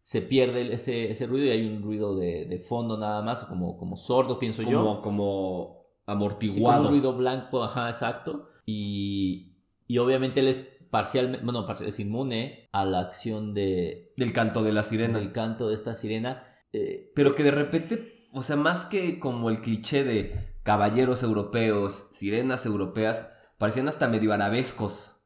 Speaker 1: se pierde el- ese, ese ruido y hay un ruido de, de fondo nada más, como, como sordo, pienso yo.
Speaker 2: Como, como
Speaker 1: Sí, como
Speaker 2: amortiguado.
Speaker 1: un ruido blanco, ajá, exacto. Y, y obviamente él es parcialmente, bueno, parcial- es inmune a la acción de,
Speaker 2: Del canto de la sirena.
Speaker 1: del canto de esta sirena. Eh,
Speaker 2: Pero que de repente, o sea, más que como el cliché de caballeros europeos, sirenas europeas, parecían hasta medio arabescos.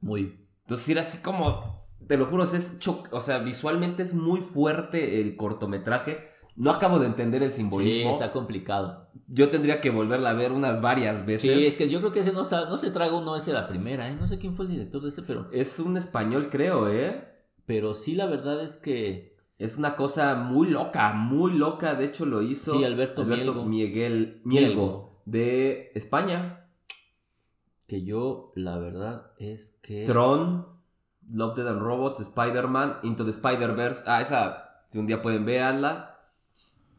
Speaker 1: muy.
Speaker 2: Entonces era así como, te lo juro, o sea, es cho- o sea, visualmente es muy fuerte el cortometraje. No acabo de entender el
Speaker 1: Sí,
Speaker 2: simbolismo.
Speaker 1: está complicado.
Speaker 2: Yo tendría que volverla a ver unas varias
Speaker 1: Sí,
Speaker 2: veces.
Speaker 1: es que yo creo que ese no, sa- no se traga uno ese la primera, ¿eh? No sé quién fue el director de ese, pero,
Speaker 2: Es un español, creo, ¿eh?
Speaker 1: pero sí, la verdad es que
Speaker 2: Es una cosa muy loca, muy loca. De hecho, lo hizo
Speaker 1: Sí, Alberto Mielgo.
Speaker 2: Miguel
Speaker 1: Mielgo.
Speaker 2: Mielgo de España.
Speaker 1: que yo, la verdad es que...
Speaker 2: Tron, Love, Dead and Robots, Spider-Man, Into the Spider-Verse. Ah, esa, si un día pueden, véanla.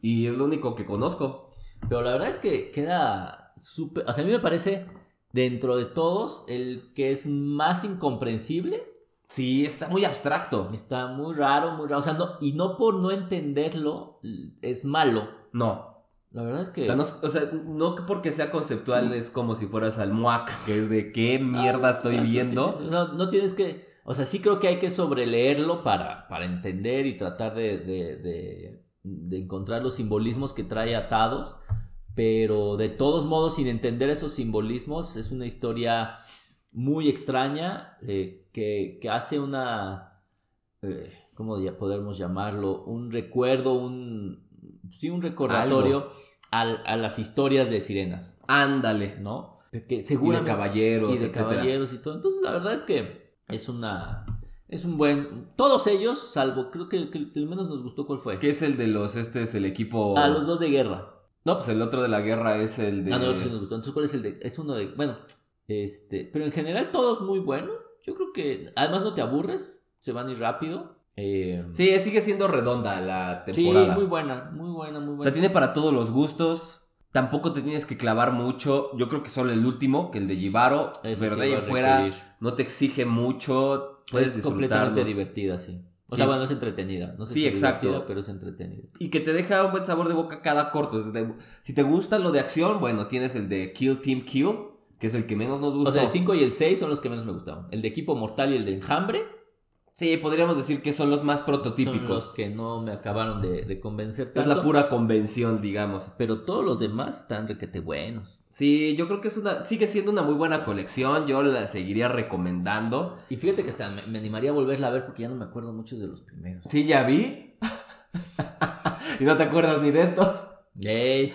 Speaker 2: Y es lo único que conozco.
Speaker 1: Pero la verdad es que queda súper... O sea, a mí me parece, dentro de todos, el que es más incomprensible.
Speaker 2: Sí, está muy abstracto.
Speaker 1: Está muy raro, muy raro. O sea, no, y no por no entenderlo l- es malo.
Speaker 2: No.
Speaker 1: La verdad es que...
Speaker 2: O sea, no, o sea, no que porque sea conceptual es como si fueras al MUAC, que es de qué mierda estoy
Speaker 1: Ah, Exacto, sí,
Speaker 2: viendo.
Speaker 1: sí, sí. No, no tienes que. O sea, sí creo que hay que sobreleerlo para, para entender y tratar de, de, de- de encontrar los simbolismos que trae atados. Pero de todos modos, sin entender esos simbolismos, es una historia muy extraña eh, que, que hace una. eh, ¿Cómo ya podemos llamarlo? Un recuerdo, un. Sí, un recordatorio al- a las historias de sirenas,
Speaker 2: Ándale.
Speaker 1: ¿no? Que
Speaker 2: Y de
Speaker 1: seguramente
Speaker 2: caballeros,
Speaker 1: y de
Speaker 2: etcétera.
Speaker 1: caballeros y todo. Entonces, la verdad es que es una. Es un buen. Todos ellos, salvo creo que, que el que menos nos gustó cuál fue.
Speaker 2: ¿Qué es el de los, este es el equipo...
Speaker 1: A Ah, los dos de guerra.
Speaker 2: No, pues el otro de la guerra es el de...
Speaker 1: Ah, no, el que sí nos gustó. Entonces, ¿cuál es el de.? Es uno de. Bueno, este. Pero en general, todos muy buenos. Yo creo que. Además, no te aburres. Se van a ir rápido. Eh,
Speaker 2: Sí, sigue siendo redonda la
Speaker 1: sí,
Speaker 2: temporada.
Speaker 1: muy buena. Muy buena, muy buena.
Speaker 2: O sea, tiene para todos los gustos. Tampoco te tienes que clavar mucho. Yo creo que solo el último, que el de Jivaro.
Speaker 1: Ese sí
Speaker 2: Pero de ahí
Speaker 1: va a
Speaker 2: en fuera
Speaker 1: requerir.
Speaker 2: no te exige mucho. Puedes
Speaker 1: Es completamente
Speaker 2: disfrutarlos.
Speaker 1: divertida, sí. O
Speaker 2: Sí.
Speaker 1: sea, bueno, es entretenida. No sé
Speaker 2: Sí,
Speaker 1: si
Speaker 2: exacto.
Speaker 1: divertida, pero es entretenida.
Speaker 2: Y que te deja un buen sabor de boca cada corto. Es de- si te gusta lo de acción, bueno, tienes el de Kill Team Kill, que es el que menos nos gusta.
Speaker 1: O sea, el 5 y el 6 son los que menos me gustaron. El de equipo mortal y el de enjambre.
Speaker 2: sí, podríamos decir que son los más
Speaker 1: Son los
Speaker 2: prototípicos.
Speaker 1: que no me acabaron de, de convencer
Speaker 2: Es
Speaker 1: tanto,
Speaker 2: la pura convención, digamos.
Speaker 1: Pero todos los demás están requete buenos.
Speaker 2: Sí, yo creo que es una, sigue siendo una muy buena colección. Yo la seguiría recomendando.
Speaker 1: Y fíjate que hasta me, me animaría a volverla a ver porque ya no me acuerdo mucho de los primeros.
Speaker 2: Sí, ya vi. [laughs] y no te acuerdas ni de estos.
Speaker 1: Ey,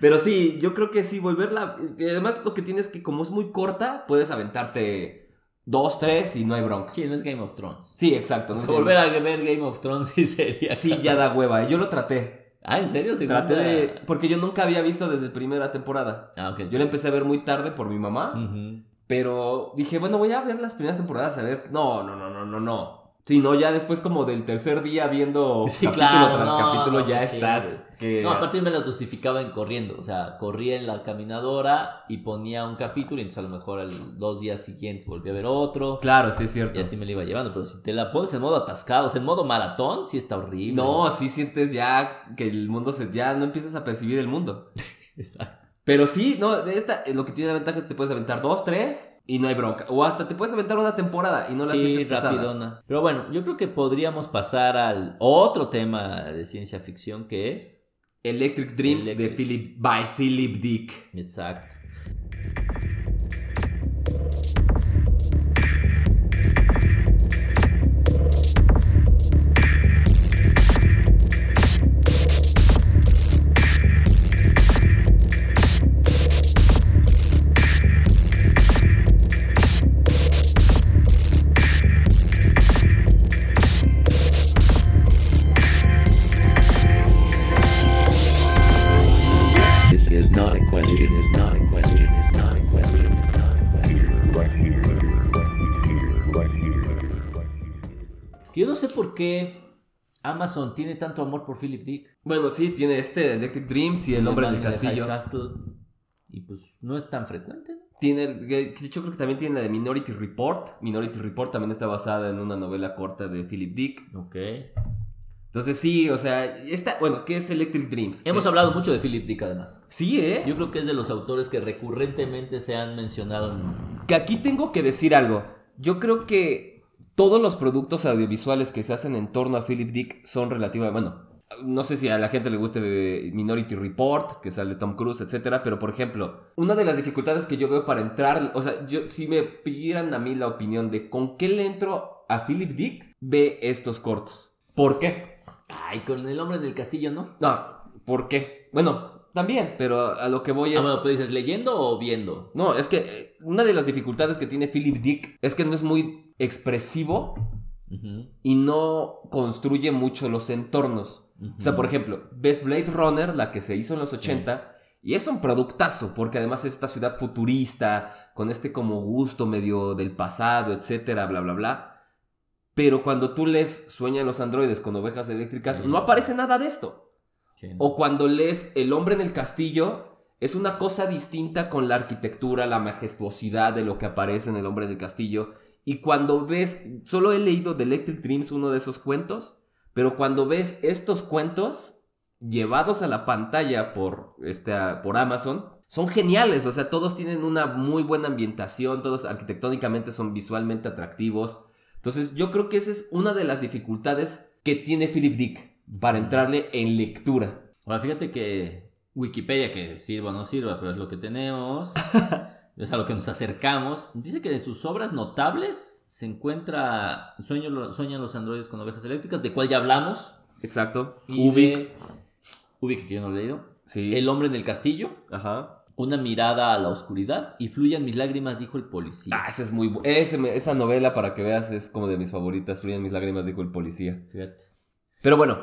Speaker 2: Pero sí, yo creo que sí, volverla. y Además, lo que tienes que, como es muy corta, puedes aventarte dos, tres y no hay bronca.
Speaker 1: sí, no es Game of Thrones.
Speaker 2: Sí, exacto.
Speaker 1: O
Speaker 2: no
Speaker 1: sea,
Speaker 2: tiene-
Speaker 1: volver a ver Game of Thrones sí sería.
Speaker 2: Sí, ya da hueva. Yo lo traté.
Speaker 1: Ah, ¿en serio? ¿Segunda?
Speaker 2: Traté de. Porque yo nunca había visto desde primera temporada.
Speaker 1: Ah, ok.
Speaker 2: Yo la empecé a ver muy tarde por mi mamá.
Speaker 1: Ujú.
Speaker 2: Pero dije, bueno, voy a ver las primeras temporadas a ver. No, no, no, no, no, no. Sí, no, ya después como del tercer día viendo
Speaker 1: Sí,
Speaker 2: capítulo
Speaker 1: claro,
Speaker 2: tras
Speaker 1: no,
Speaker 2: capítulo
Speaker 1: no,
Speaker 2: ya
Speaker 1: sí,
Speaker 2: estás.
Speaker 1: güey.
Speaker 2: que-
Speaker 1: No, aparte me las justificaba en corriendo. O sea, corría en la caminadora y ponía un capítulo y entonces a lo mejor al- dos días siguientes volví a ver otro.
Speaker 2: Claro, sí es cierto.
Speaker 1: Y así me lo iba llevando. Pero si te la pones en modo atascado, o sea, en modo maratón, sí está horrible.
Speaker 2: No, sí sientes ya que el mundo se. Ya no empiezas a percibir el mundo.
Speaker 1: Exacto.
Speaker 2: Pero sí, no, de esta, eh, lo que tiene la ventaja es que te puedes aventar dos, tres y no hay bronca. O hasta te puedes aventar una temporada y no la
Speaker 1: Sí,
Speaker 2: sientes pesada.
Speaker 1: rapidona. Pero bueno, yo creo que podríamos pasar al otro tema de ciencia ficción que es.
Speaker 2: Electric Dreams de
Speaker 1: Electric.
Speaker 2: Philip by Philip Dick.
Speaker 1: Exacto.
Speaker 3: It is not a question, it is not a question, it is not a question, it is not a question.
Speaker 4: right here, right here, right here, right here.
Speaker 1: Que yo no sé por qué Amazon tiene tanto amor por Philip Dick.
Speaker 2: Bueno, sí, tiene este Electric Dreams y El Hombre del
Speaker 1: Batman de
Speaker 2: Castillo.
Speaker 1: High Castle. Y pues no es tan frecuente. ¿no?
Speaker 2: Tiene, el- que- que yo creo que también tiene la de Minority Report. Minority Report también está basada en una novela corta de Philip Dick.
Speaker 1: Ok.
Speaker 2: Entonces sí, o sea, esta, bueno, ¿qué es Electric Dreams?
Speaker 1: Hemos
Speaker 2: Eh,
Speaker 1: hablado mucho de Philip Dick además.
Speaker 2: Sí, ¿eh?
Speaker 1: Yo creo que es de los autores que recurrentemente se han mencionado. en-
Speaker 2: Que aquí tengo que decir algo. Yo creo que todos los productos audiovisuales que se hacen en torno a Philip Dick son relativamente. Bueno, no sé si a la gente le guste eh, Minority Report, que sale Tom Cruise, etcétera, pero por ejemplo, una de las dificultades que yo veo para entrar, o sea, yo, si me pidieran a mí la opinión de con qué le entro a Philip Dick, ve estos cortos. ¿Por qué?
Speaker 1: Ay, con el hombre del castillo, ¿no?
Speaker 2: No, ¿por qué? Bueno, también, pero a lo que voy
Speaker 1: Ah,
Speaker 2: es.
Speaker 1: bueno, pero dices, ¿leyendo o viendo?
Speaker 2: No, es que eh, una de las dificultades que tiene Philip Dick es que no es muy expresivo
Speaker 1: Ujú.
Speaker 2: y no construye mucho los entornos. O sea, por ejemplo, ves Blade Runner, la que se hizo en los 80, y es un productazo, porque además es esta ciudad futurista, con este como gusto medio del pasado, etcétera, bla, bla, bla. Pero cuando tú lees Sueñan los androides con ovejas eléctricas,
Speaker 1: Sí.
Speaker 2: no aparece nada de esto.
Speaker 1: Sí, ¿no?
Speaker 2: O cuando lees El hombre en el castillo, es una cosa distinta con la arquitectura, la majestuosidad de lo que aparece en El hombre en el castillo. Y cuando ves, solo he leído de Electric Dreams uno de esos cuentos, pero cuando ves estos cuentos llevados a la pantalla por, este, por Amazon, son geniales, o sea, todos tienen una muy buena ambientación, todos arquitectónicamente son visualmente atractivos. Entonces yo creo que esa es una de las dificultades que tiene Philip Dick para entrarle en lectura.
Speaker 1: Ahora, fíjate que Wikipedia, que sirva o no sirva, pero es lo que tenemos, es a lo que nos acercamos, dice que de sus obras notables se encuentra Sueño- Sueñan los androides con ovejas eléctricas, de cual ya hablamos.
Speaker 2: Exacto.
Speaker 1: y
Speaker 2: Ubik.
Speaker 1: de- Ubik, que yo no lo he leído.
Speaker 2: Sí.
Speaker 1: El hombre en el castillo,
Speaker 2: Ajá.
Speaker 1: una mirada a la oscuridad y fluyan mis lágrimas, dijo el policía.
Speaker 2: Ah, esa es muy bu- ese me- esa novela, para que veas, es como de mis favoritas. Fluyen mis lágrimas, dijo el policía.
Speaker 1: Fíjate.
Speaker 2: Pero bueno,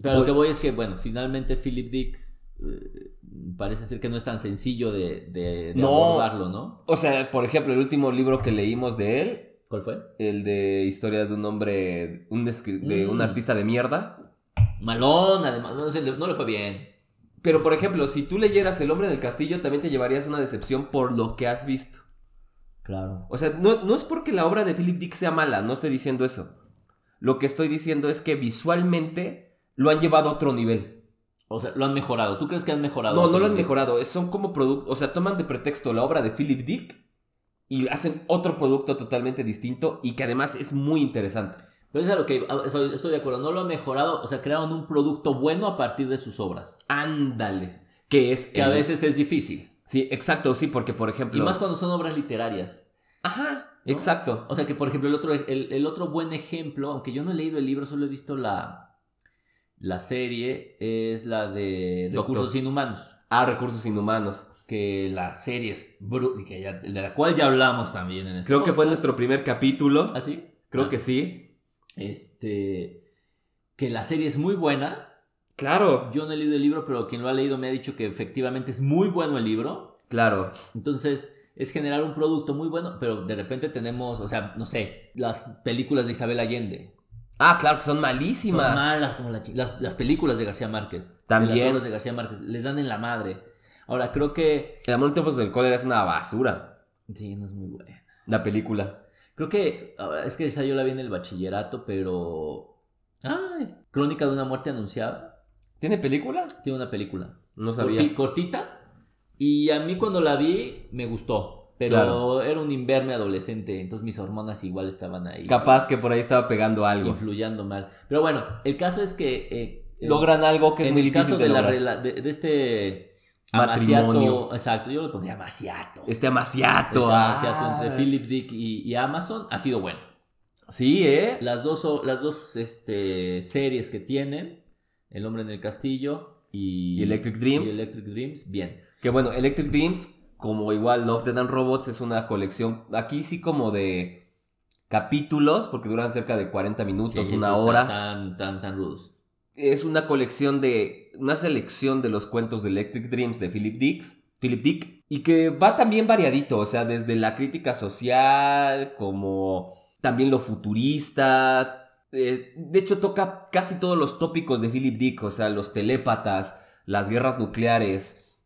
Speaker 1: Pero lo
Speaker 2: Voy-
Speaker 1: que voy es que, bueno, finalmente Philip Dick eh, parece ser que no es tan sencillo de, de- de
Speaker 2: No.
Speaker 1: abordarlo, ¿no?
Speaker 2: o sea, por ejemplo, el último libro que leímos de él,
Speaker 1: ¿Cuál fue?
Speaker 2: el de Historia de un hombre, un escri- de un
Speaker 1: Mm.
Speaker 2: artista de mierda.
Speaker 1: Malón, además, no, se le- no le fue bien.
Speaker 2: Pero por ejemplo, si tú leyeras El hombre del castillo, también te llevarías una decepción por lo que has visto.
Speaker 1: Claro.
Speaker 2: O sea, no, no es porque la obra de Philip Dick sea mala, no estoy diciendo eso. Lo que estoy diciendo es que visualmente lo han llevado a otro nivel.
Speaker 1: O sea, lo han mejorado. ¿Tú crees que han mejorado?
Speaker 2: No, no lo
Speaker 1: Philip
Speaker 2: han
Speaker 1: Dick?
Speaker 2: mejorado. es- Son como productos. O sea, toman de pretexto la obra de Philip Dick y hacen otro producto totalmente distinto y que además es muy interesante.
Speaker 1: Pero es a lo que a- estoy, estoy de acuerdo. No lo han mejorado. O sea, crearon un producto bueno a partir de sus obras.
Speaker 2: Ándale. Que es.
Speaker 1: Que a
Speaker 2: el-
Speaker 1: veces es difícil.
Speaker 2: Sí, exacto, sí, porque por ejemplo.
Speaker 1: Y más cuando son obras literarias.
Speaker 2: Ajá, exacto.
Speaker 1: O sea que, por ejemplo, el otro, el, el otro buen ejemplo, aunque yo no he leído el libro, solo he visto la, la serie, es la de
Speaker 2: Doctor.
Speaker 1: Recursos Inhumanos.
Speaker 2: Ah, recursos inhumanos.
Speaker 1: Que la serie es bru- que ya- de la cual ya hablamos también en este ¿Ah,
Speaker 2: Creo que fue nuestro primer capítulo.
Speaker 1: ¿Así?
Speaker 2: Creo que sí.
Speaker 1: Este. Que la serie es muy buena,
Speaker 2: Claro,
Speaker 1: Yo no he leído el libro, pero quien lo ha leído me ha dicho que efectivamente es muy bueno el libro.
Speaker 2: claro.
Speaker 1: Entonces, es generar un producto muy bueno, pero de repente tenemos, o sea, no sé, las películas de Isabel Allende.
Speaker 2: Ah, claro que son
Speaker 1: Son
Speaker 2: malísimas.
Speaker 1: malas como la chi- las, las películas de García Márquez. de
Speaker 2: También.
Speaker 1: las obras de García Márquez. Les dan en la madre. Ahora, creo que.
Speaker 2: El amor en tiempos del cólera es una basura.
Speaker 1: Sí, no es muy buena.
Speaker 2: La película.
Speaker 1: Creo que. ahora, Es que esa yo la vi en el bachillerato, pero. Ay. Crónica de una muerte anunciada.
Speaker 2: ¿Tiene película?
Speaker 1: Tiene una película.
Speaker 2: No sabía.
Speaker 1: Corti- cortita. Y a mí cuando la vi me gustó. Pero
Speaker 2: Claro.
Speaker 1: era un inverme adolescente, entonces mis hormonas igual estaban ahí
Speaker 2: Capaz que por ahí estaba pegando algo.
Speaker 1: influyendo mal. Pero bueno, el caso es que eh, en-
Speaker 2: Logran algo que es
Speaker 1: en
Speaker 2: muy
Speaker 1: el
Speaker 2: difícil
Speaker 1: caso
Speaker 2: de
Speaker 1: de, la
Speaker 2: lograr.
Speaker 1: rela- de, de este
Speaker 2: Matrimonio.
Speaker 1: amaciato- exacto, yo le pondría amaciato.
Speaker 2: Este
Speaker 1: Este
Speaker 2: amaciato. ah.
Speaker 1: amaciato entre Philip Dick y, y Amazon ha sido bueno.
Speaker 2: Sí, ¿eh?
Speaker 1: Las dos, o- las dos este, series que tienen, El hombre en el castillo y,
Speaker 2: Y Electric Dreams.
Speaker 1: y Electric Dreams, bien.
Speaker 2: Que bueno, Electric Dreams, como igual Love, Dead and Robots, es una colección, aquí sí como de capítulos, porque duran cerca de 40 minutos,
Speaker 1: Sí,
Speaker 2: una
Speaker 1: sí,
Speaker 2: hora.
Speaker 1: Tan, tan, tan rudos.
Speaker 2: Es una colección de, una selección de los cuentos de Electric Dreams de Philip Dix, Philip Dick, y que va también variadito, o sea, desde la crítica social, como también lo futurista. eh, de hecho, toca casi todos los tópicos de Philip Dick, o sea, los telépatas, las guerras nucleares,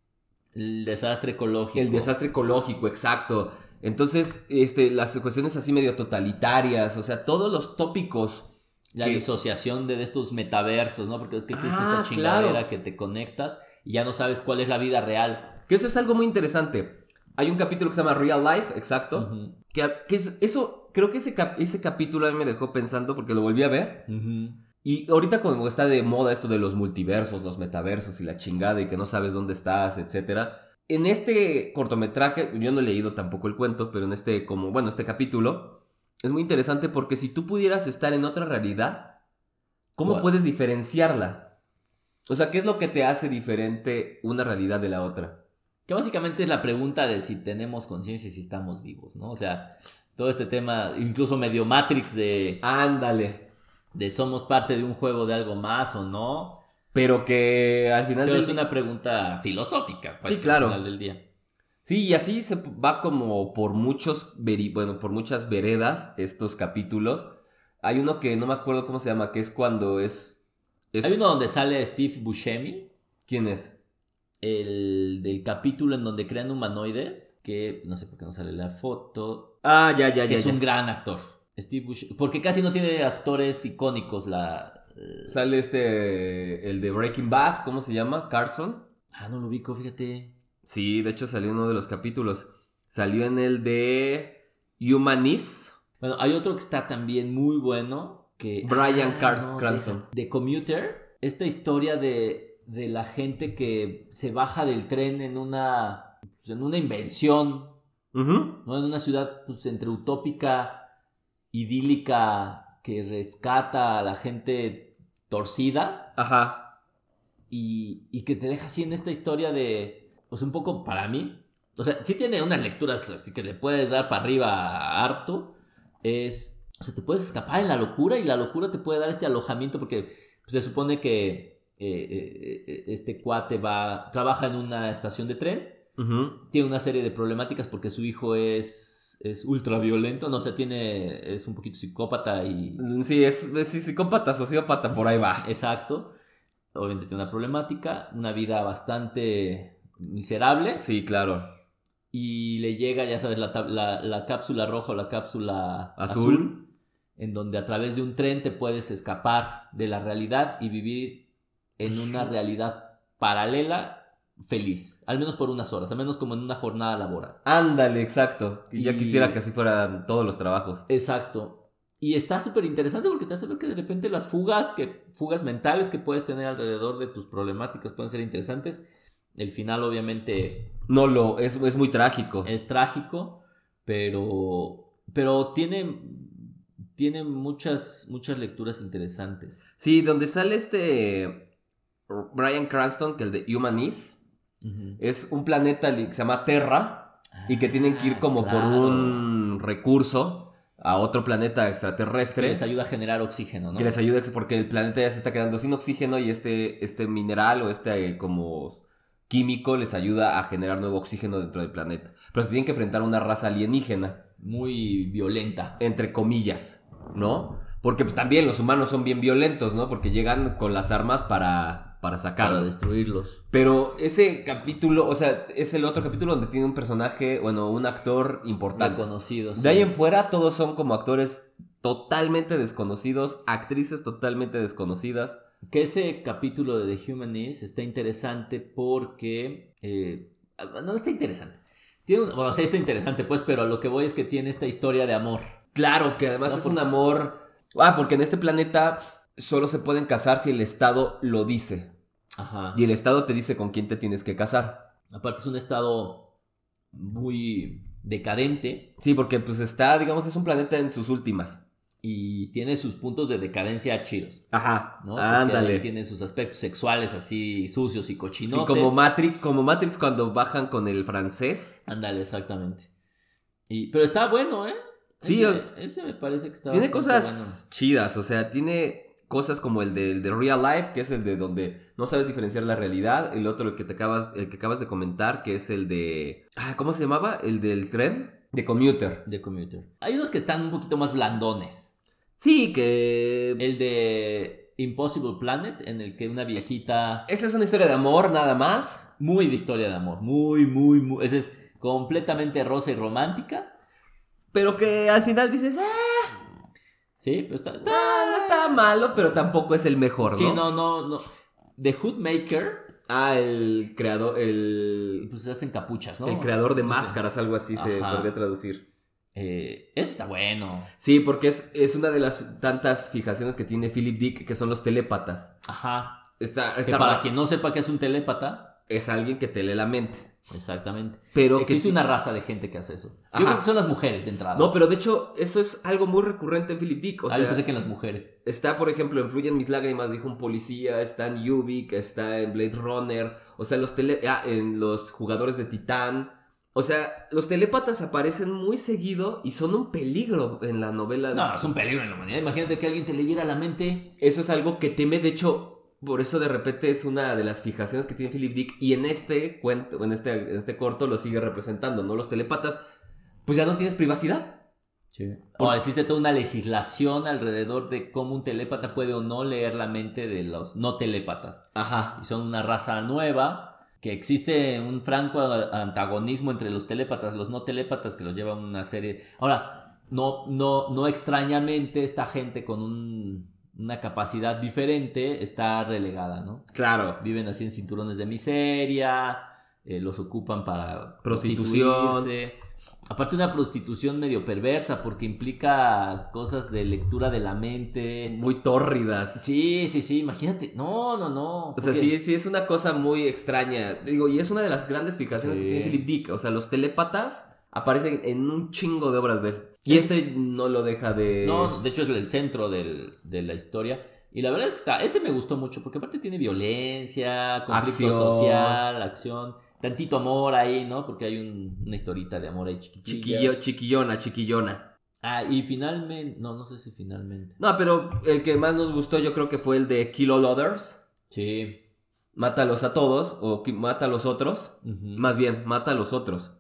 Speaker 1: El desastre ecológico.
Speaker 2: El desastre ecológico, exacto. Entonces, este, las cuestiones así medio totalitarias, o sea, todos los tópicos.
Speaker 1: La
Speaker 2: que-
Speaker 1: disociación de, de estos metaversos, ¿no? Porque es que existe
Speaker 2: Ah,
Speaker 1: esta chingadera
Speaker 2: claro.
Speaker 1: que te conectas y ya no sabes cuál es la vida real.
Speaker 2: Que eso es algo muy interesante. Hay un capítulo que se llama Real Life, exacto.
Speaker 1: Ujú,
Speaker 2: Que, que es- eso, creo que ese, cap- ese capítulo a mí me dejó pensando porque lo volví a ver.
Speaker 1: ujú.
Speaker 2: Y ahorita como está de moda esto de los multiversos, los metaversos y la chingada y que no sabes dónde estás, etcétera. En este cortometraje, yo no he leído tampoco el cuento, pero en este como, bueno, este capítulo es muy interesante porque si tú pudieras estar en otra realidad, ¿cómo
Speaker 1: What?
Speaker 2: puedes diferenciarla? O sea, ¿qué es lo que te hace diferente una realidad de la otra?
Speaker 1: Que básicamente es la pregunta de si tenemos conciencia y si estamos vivos, ¿no? O sea, todo este tema, incluso medio Matrix de,
Speaker 2: Ándale.
Speaker 1: de somos parte de un juego de algo más o no.
Speaker 2: Pero que al final
Speaker 1: Pero
Speaker 2: del
Speaker 1: es una pregunta filosófica, pues,
Speaker 2: Sí, claro.
Speaker 1: al final del día.
Speaker 2: Sí, y así se p- va como por muchos, veri- bueno, por muchas veredas estos capítulos. Hay uno que no me acuerdo cómo se llama, que es cuando es... es-
Speaker 1: Hay uno donde sale Steve Buscemi,
Speaker 2: ¿Quién es?
Speaker 1: el del capítulo en donde crean humanoides, que no sé por qué no sale la foto,
Speaker 2: Ah, ya, ya,
Speaker 1: que
Speaker 2: ya.
Speaker 1: es
Speaker 2: ya.
Speaker 1: un gran actor. Steve Buscemi. Porque casi no tiene actores icónicos la. eh,
Speaker 2: Sale este, el de Breaking Bad, ¿cómo se llama? Carson.
Speaker 1: Ah, no lo ubico, fíjate.
Speaker 2: Sí, de hecho salió en uno de los capítulos. Salió en el de Humanis.
Speaker 1: Bueno, hay otro que está también muy bueno. Que. ah,
Speaker 2: Bryan Cars- Cranston.
Speaker 1: De, de Commuter. Esta historia de, de la gente que se baja del tren en una. pues, en una invención.
Speaker 2: Ujú.
Speaker 1: ¿no? En una ciudad pues, entre utópica, idílica, que rescata a la gente torcida.
Speaker 2: Ajá.
Speaker 1: y, y que te deja así en esta historia de, o sea, un poco para mí, o sea, sí tiene unas lecturas así que le puedes dar para arriba harto, es, o sea, te puedes escapar en la locura y la locura te puede dar este alojamiento porque pues, se supone que eh, eh, eh, este cuate va, trabaja en una estación de tren,
Speaker 2: Ujú.
Speaker 1: tiene una serie de problemáticas porque su hijo es, es ultra violento, no, o sea, tiene, es un poquito psicópata y...
Speaker 2: Sí, es, es sí, psicópata, sociópata, por ahí va.
Speaker 1: Exacto. Obviamente tiene una problemática, una vida bastante miserable.
Speaker 2: Sí, claro.
Speaker 1: Y le llega, ya sabes, la, tab- la- la cápsula roja o la cápsula
Speaker 2: Azul.
Speaker 1: azul. en donde a través de un tren te puedes escapar de la realidad y vivir en una realidad paralela feliz. Al menos por unas horas, al menos como en una jornada laboral.
Speaker 2: Ándale, exacto. Ya
Speaker 1: Y-
Speaker 2: quisiera que así fueran todos los trabajos.
Speaker 1: Exacto. Y está súper interesante porque te hace ver que de repente las fugas, que, fugas mentales que puedes tener alrededor de tus problemáticas pueden ser interesantes. El final obviamente
Speaker 2: No lo, es, es muy trágico.
Speaker 1: es trágico, pero, pero tiene, tiene muchas, muchas lecturas interesantes.
Speaker 2: Sí, donde sale este Brian Cranston, que el de Humanis, es un
Speaker 1: Ah,
Speaker 2: planeta li- que se llama Terra y que tienen que ir como por un recurso a otro planeta
Speaker 1: que
Speaker 2: extraterrestre
Speaker 1: les ayuda a generar oxígeno, ¿no?
Speaker 2: que les ayude porque el planeta ya se está quedando sin oxígeno y este, este mineral o este eh, como químico les ayuda a generar nuevo oxígeno dentro del planeta. Pero se tienen que enfrentar a una raza alienígena,
Speaker 1: Muy violenta.
Speaker 2: entre comillas, ¿no? Porque pues también los humanos son bien violentos, ¿no? Porque llegan con las armas para, para
Speaker 1: Para
Speaker 2: sacarlos.
Speaker 1: destruirlos.
Speaker 2: Pero ese capítulo, o sea, es el otro capítulo donde tiene un personaje, bueno, un actor importante.
Speaker 1: Reconocidos.
Speaker 2: De ahí en fuera todos son como actores totalmente desconocidos, actrices totalmente desconocidas.
Speaker 1: Que ese capítulo de The Humanist está interesante porque. eh, no está interesante. Tiene un- bueno, sí está interesante, pues, pero a lo que voy es que tiene esta historia de amor.
Speaker 2: Claro, que además
Speaker 1: No,
Speaker 2: es
Speaker 1: por-
Speaker 2: un amor... Ah, porque en este planeta solo se pueden casar si el Estado lo dice.
Speaker 1: Ajá.
Speaker 2: Y el Estado te dice con quién te tienes que casar.
Speaker 1: Aparte, es un estado muy decadente
Speaker 2: Sí, porque pues está, digamos, es un planeta en sus últimas.
Speaker 1: y tiene sus puntos de decadencia chidos.
Speaker 2: Ajá,
Speaker 1: ¿no? Porque ahí
Speaker 2: ándale.
Speaker 1: Tiene sus aspectos sexuales así sucios y
Speaker 2: Sí,
Speaker 1: cochinotes.
Speaker 2: como Matrix, como Matrix cuando bajan con el francés.
Speaker 1: Ándale, exactamente. Y, pero está bueno, ¿eh?
Speaker 2: Sí,
Speaker 1: ese, ese me parece que está.
Speaker 2: Tiene
Speaker 1: bastante
Speaker 2: cosas chidas, o sea, tiene cosas como el del de Real Life, que es el de donde no sabes diferenciar la realidad, el otro el que te acabas, el que acabas de comentar, que es el de ah, ¿cómo se llamaba? El del tren de commuter.
Speaker 1: bueno de Commuter. Hay unos que están un poquito más blandones.
Speaker 2: Sí, que
Speaker 1: El de Impossible Planet, en el que una viejita.
Speaker 2: esa es una historia de amor nada más.
Speaker 1: Muy de historia de amor. Muy, muy, muy. Esa es completamente rosa y romántica.
Speaker 2: Pero que al final dices, ah,
Speaker 1: Sí, pero está. está-
Speaker 2: no, no está malo, pero tampoco es el mejor, ¿no?
Speaker 1: Sí, no, no, no. The Hoodmaker,
Speaker 2: Ah, el creador, el,
Speaker 1: pues hacen capuchas, ¿no?
Speaker 2: el creador de máscaras, algo así se
Speaker 1: Ajá.
Speaker 2: podría traducir.
Speaker 1: Eh, ese está bueno.
Speaker 2: Sí, porque es, es una de las tantas fijaciones que tiene Philip Dick, que son los telépatas.
Speaker 1: Ajá.
Speaker 2: Está,
Speaker 1: Que
Speaker 2: está-
Speaker 1: para quien no sepa que es un telépata,
Speaker 2: Es alguien que te lee la mente.
Speaker 1: exactamente.
Speaker 2: Pero que
Speaker 1: Existe
Speaker 2: ti-
Speaker 1: una raza de gente que hace eso.
Speaker 2: Ajá.
Speaker 1: Yo creo que son las mujeres de entrada.
Speaker 2: No, pero de hecho, eso es algo muy recurrente en Philip Dick. O
Speaker 1: Ah, yo
Speaker 2: sea,
Speaker 1: pensé que en las mujeres.
Speaker 2: está, por ejemplo, en Fluyen mis lágrimas, dijo un policía, está en Ubik, está en Blade Runner, o sea, los tele ah, en los jugadores de Titán. O sea, los telépatas aparecen muy seguido y son un peligro en la novela. de-
Speaker 1: No, es un peligro en la humanidad. Imagínate que alguien te leyera la mente.
Speaker 2: Eso es algo que teme, de hecho, por eso de repente es una de las fijaciones que tiene Philip Dick y en este cuento, en este, en este corto lo sigue representando, ¿no? Los telepatas, pues ya no tienes privacidad.
Speaker 1: Sí. Ahora, existe toda una legislación alrededor de cómo un telépata puede o no leer la mente de los no telépatas.
Speaker 2: Ajá.
Speaker 1: Y son una raza nueva, que existe un franco antagonismo entre los telépatas, los no telépatas, que los lleva a una serie. Ahora, no, no, no extrañamente, esta gente con un- una capacidad diferente está relegada, ¿no?
Speaker 2: Claro.
Speaker 1: Viven así en cinturones de miseria, eh, los ocupan para
Speaker 2: Prostitución.
Speaker 1: prostituirse. Aparte una prostitución medio perversa porque implica cosas de lectura de la mente.
Speaker 2: Muy tórridas.
Speaker 1: Sí, sí, sí, imagínate. No, no, no.
Speaker 2: O sea,
Speaker 1: porque-
Speaker 2: sí, sí, es una cosa muy extraña. Digo, y es una de las grandes fijaciones que
Speaker 1: Sí.
Speaker 2: tiene Philip Dick. O sea, los telepatas aparecen en un chingo de obras de él. Y este no lo deja de...
Speaker 1: No, de hecho es el centro del- de la historia. Y la verdad es que está, ese me gustó mucho porque aparte tiene violencia, conflicto
Speaker 2: Acción.
Speaker 1: social, acción, tantito amor ahí, ¿no? Porque hay un- una historita de amor ahí chiquitita.
Speaker 2: Chiquillo, chiquillona, chiquillona.
Speaker 1: Ah, y finalmente, no, no sé si finalmente.
Speaker 2: No, pero el que más nos gustó yo creo que fue el de Kill All Others.
Speaker 1: Sí.
Speaker 2: Mátalos a todos o qui- mata a los otros.
Speaker 1: ujú.
Speaker 2: Más bien, mata a los otros.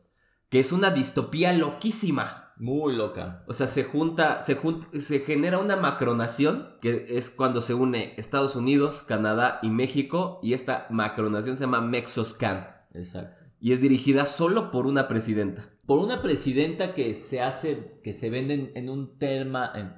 Speaker 2: Que es una distopía loquísima.
Speaker 1: Muy loca.
Speaker 2: O sea, se junta, se, jun- se genera una macronación, que es cuando se une Estados Unidos, Canadá y México. Y esta macronación se llama Mexoscan.
Speaker 1: Exacto.
Speaker 2: Y es dirigida solo por una presidenta.
Speaker 1: Por una presidenta que se hace, que se vende en, en un tema, en,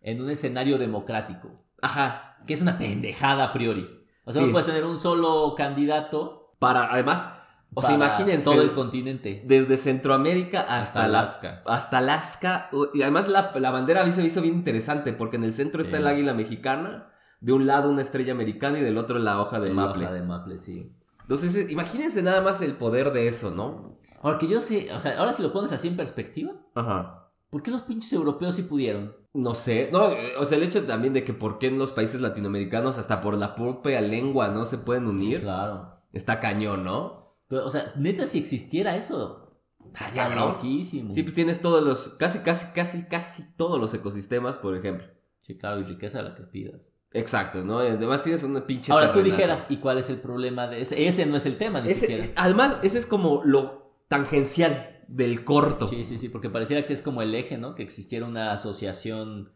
Speaker 1: en un escenario democrático,
Speaker 2: Ajá.
Speaker 1: que es una pendejada a priori. O sea,
Speaker 2: Sí.
Speaker 1: no puedes tener un solo candidato
Speaker 2: Para, además, o sea,
Speaker 1: para
Speaker 2: imagínense.
Speaker 1: Todo el continente.
Speaker 2: Desde Centroamérica hasta,
Speaker 1: Hasta
Speaker 2: Alaska.
Speaker 1: Alaska.
Speaker 2: hasta Alaska. u- Y además la, la bandera a mí se me hizo bien interesante porque en el centro está
Speaker 1: Sí.
Speaker 2: el águila mexicana, de un lado una estrella americana y del otro la hoja del
Speaker 1: La
Speaker 2: maple.
Speaker 1: hoja de Maple, sí.
Speaker 2: Entonces, eh, imagínense nada más el poder de eso, ¿no?
Speaker 1: Ahora que yo sé, o sea, ahora si lo pones así en perspectiva,
Speaker 2: Ajá.
Speaker 1: ¿por qué los pinches europeos sí pudieron?
Speaker 2: No sé, no, eh, o sea, el hecho también de que por qué en los países latinoamericanos hasta por la propia lengua no se pueden unir,
Speaker 1: claro.
Speaker 2: está cañón, ¿no?
Speaker 1: Pero, o sea, neta, si existiera eso, Está
Speaker 2: Cabrón.
Speaker 1: loquísimo.
Speaker 2: Sí, pues tienes todos los, casi, casi, casi, casi todos los ecosistemas, por ejemplo.
Speaker 1: Sí, claro, y riqueza la que pidas.
Speaker 2: Exacto, ¿no? Y Además tienes una pinche...
Speaker 1: Ahora tú
Speaker 2: terrenazo.
Speaker 1: dijeras, ¿y cuál es el problema de ese? Ese no es el tema, ni
Speaker 2: Ese-
Speaker 1: siquiera.
Speaker 2: además, ese es como lo tangencial del corto.
Speaker 1: Sí, sí, sí, porque pareciera que es como el eje, ¿no? Que existiera una asociación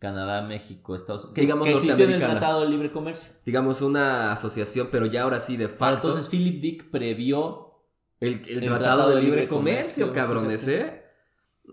Speaker 1: Canadá, México, Estados Unidos. Que,
Speaker 2: Digamos
Speaker 1: que existió en el
Speaker 2: norteamericana.
Speaker 1: Tratado de Libre Comercio.
Speaker 2: Digamos, una asociación, pero ya ahora sí, de
Speaker 1: Para
Speaker 2: facto.
Speaker 1: entonces Philip Dick previó.
Speaker 2: el, el tratado, de Libre Comercio,
Speaker 1: Comercio,
Speaker 2: cabrones,
Speaker 1: fíjate.
Speaker 2: ¿eh?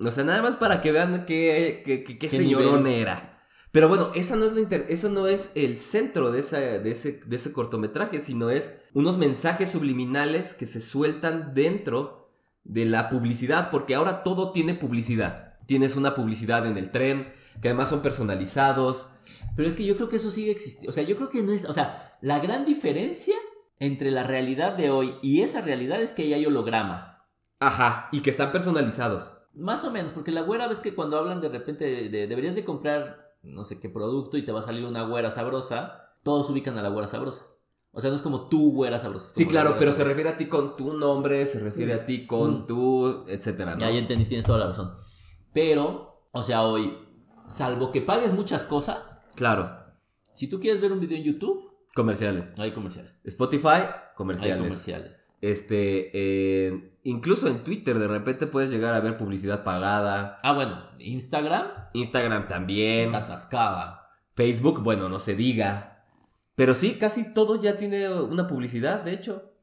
Speaker 2: O sea, nada más para que vean qué, qué, qué- qué
Speaker 1: Qué
Speaker 2: señorón
Speaker 1: nivel.
Speaker 2: era. Pero bueno, esa no es la inter- eso no es el centro de, esa- de, ese, de ese cortometraje, sino es unos mensajes subliminales que se sueltan dentro de la publicidad, porque ahora todo tiene publicidad. Tienes una publicidad en el tren, que además son personalizados.
Speaker 1: Pero es que yo creo que eso sigue existiendo. O sea, yo creo que no es. O sea, la gran diferencia entre la realidad de hoy y esa realidad es que ahí hay hologramas.
Speaker 2: Ajá, y que están personalizados.
Speaker 1: Más o menos, porque la güera ves que cuando hablan de repente de, de- deberías de comprar no sé qué producto y te va a salir una güera sabrosa, todos ubican a la güera sabrosa. O sea, no es como tú güera sabrosa. es
Speaker 2: Sí,
Speaker 1: como la
Speaker 2: claro,
Speaker 1: güera
Speaker 2: pero
Speaker 1: sabrosa.
Speaker 2: se refiere a ti con tu nombre, se refiere a ti con
Speaker 1: Mm.
Speaker 2: tu, etcétera, ¿no?
Speaker 1: Ya, ya entendí, tienes toda la razón. Pero, o sea, hoy, salvo que pagues muchas cosas,
Speaker 2: Claro,
Speaker 1: si tú quieres ver un video en YouTube,
Speaker 2: comerciales.
Speaker 1: hay comerciales.
Speaker 2: Spotify,
Speaker 1: Hay
Speaker 2: comerciales.
Speaker 1: comerciales.
Speaker 2: Este, eh, incluso en Twitter de repente puedes llegar a ver publicidad pagada.
Speaker 1: Ah, bueno, Instagram
Speaker 2: Instagram también.
Speaker 1: está atascada.
Speaker 2: Facebook, bueno, no se diga. Pero sí, casi todo ya tiene una publicidad, de hecho.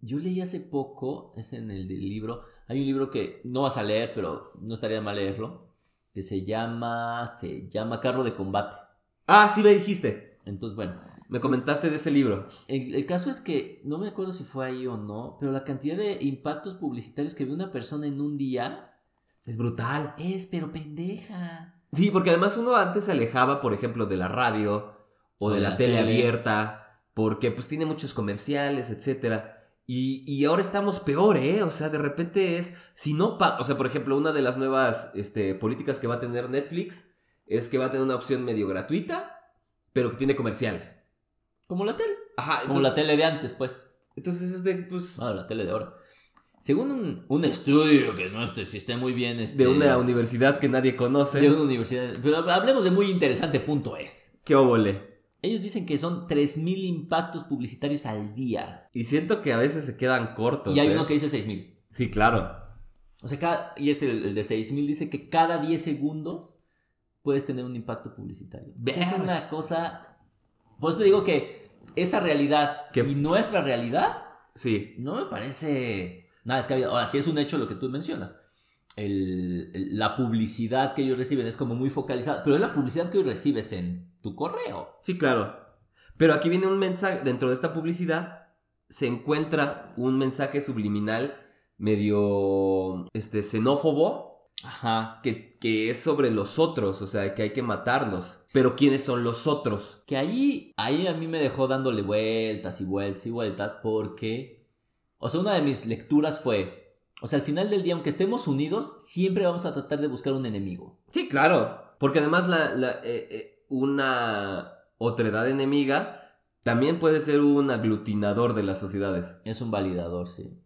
Speaker 1: Yo leí hace poco, es en el del libro, hay un libro que no vas a leer, pero no estaría mal leerlo, que se llama, se llama Carro de Combate.
Speaker 2: Ah, sí me dijiste.
Speaker 1: Entonces, bueno,
Speaker 2: Me comentaste de ese libro.
Speaker 1: El, el caso es que no me acuerdo si fue ahí o no, pero la cantidad de impactos publicitarios que vio una persona en un día
Speaker 2: Es brutal.
Speaker 1: es, pero pendeja.
Speaker 2: Sí, porque además uno antes se alejaba, por ejemplo, de la radio o de la, tele, abierta, porque pues tiene muchos comerciales, etcétera. Y, y ahora estamos peor, ¿eh? O sea, de repente es, si no, pa- o sea, por ejemplo, una de las nuevas este, políticas que va a tener Netflix es que va a tener una opción medio gratuita, pero que tiene comerciales.
Speaker 1: Como la tele.
Speaker 2: Ajá,
Speaker 1: Como la tele Ah, de antes, pues.
Speaker 2: Entonces es de, pues,
Speaker 1: No, la tele de ahora. Según un, un estudio que no este, si esté muy bien. este,
Speaker 2: de una universidad que nadie conoce.
Speaker 1: de una universidad. Pero hablemos de muy interesante punto es.
Speaker 2: ¡Qué óvole!
Speaker 1: Ellos dicen que son 3.000 impactos publicitarios al día.
Speaker 2: Y siento que a veces se quedan cortos.
Speaker 1: y hay
Speaker 2: ¿eh?
Speaker 1: uno que dice 6.000.
Speaker 2: Sí, claro.
Speaker 1: O sea, cada- y este, el el de 6000, dice que cada 10 segundos puedes tener un impacto publicitario. O sea, es
Speaker 2: Verga.
Speaker 1: una cosa. Por eso te digo que esa realidad
Speaker 2: Que-
Speaker 1: y nuestra realidad
Speaker 2: Sí.
Speaker 1: no me parece nada descabellado. Ahora, sí es un hecho lo que tú mencionas. El- el- la publicidad que ellos reciben es como muy focalizada, pero es la publicidad que hoy recibes en tu correo.
Speaker 2: Sí, claro. Pero aquí viene un mensaje, dentro de esta publicidad se encuentra un mensaje subliminal medio este, xenófobo
Speaker 1: Ajá.
Speaker 2: que, que es sobre los otros, o sea, que hay que matarlos. Pero ¿quiénes son los otros?
Speaker 1: Que ahí, ahí a mí me dejó dándole vueltas y vueltas y vueltas porque, o sea, una de mis lecturas fue, o sea, al final del día, aunque estemos unidos, siempre vamos a tratar de buscar un enemigo.
Speaker 2: Sí, claro. Porque además la, la- eh, eh, una otredad enemiga también puede ser un aglutinador de las sociedades.
Speaker 1: Es un validador, sí.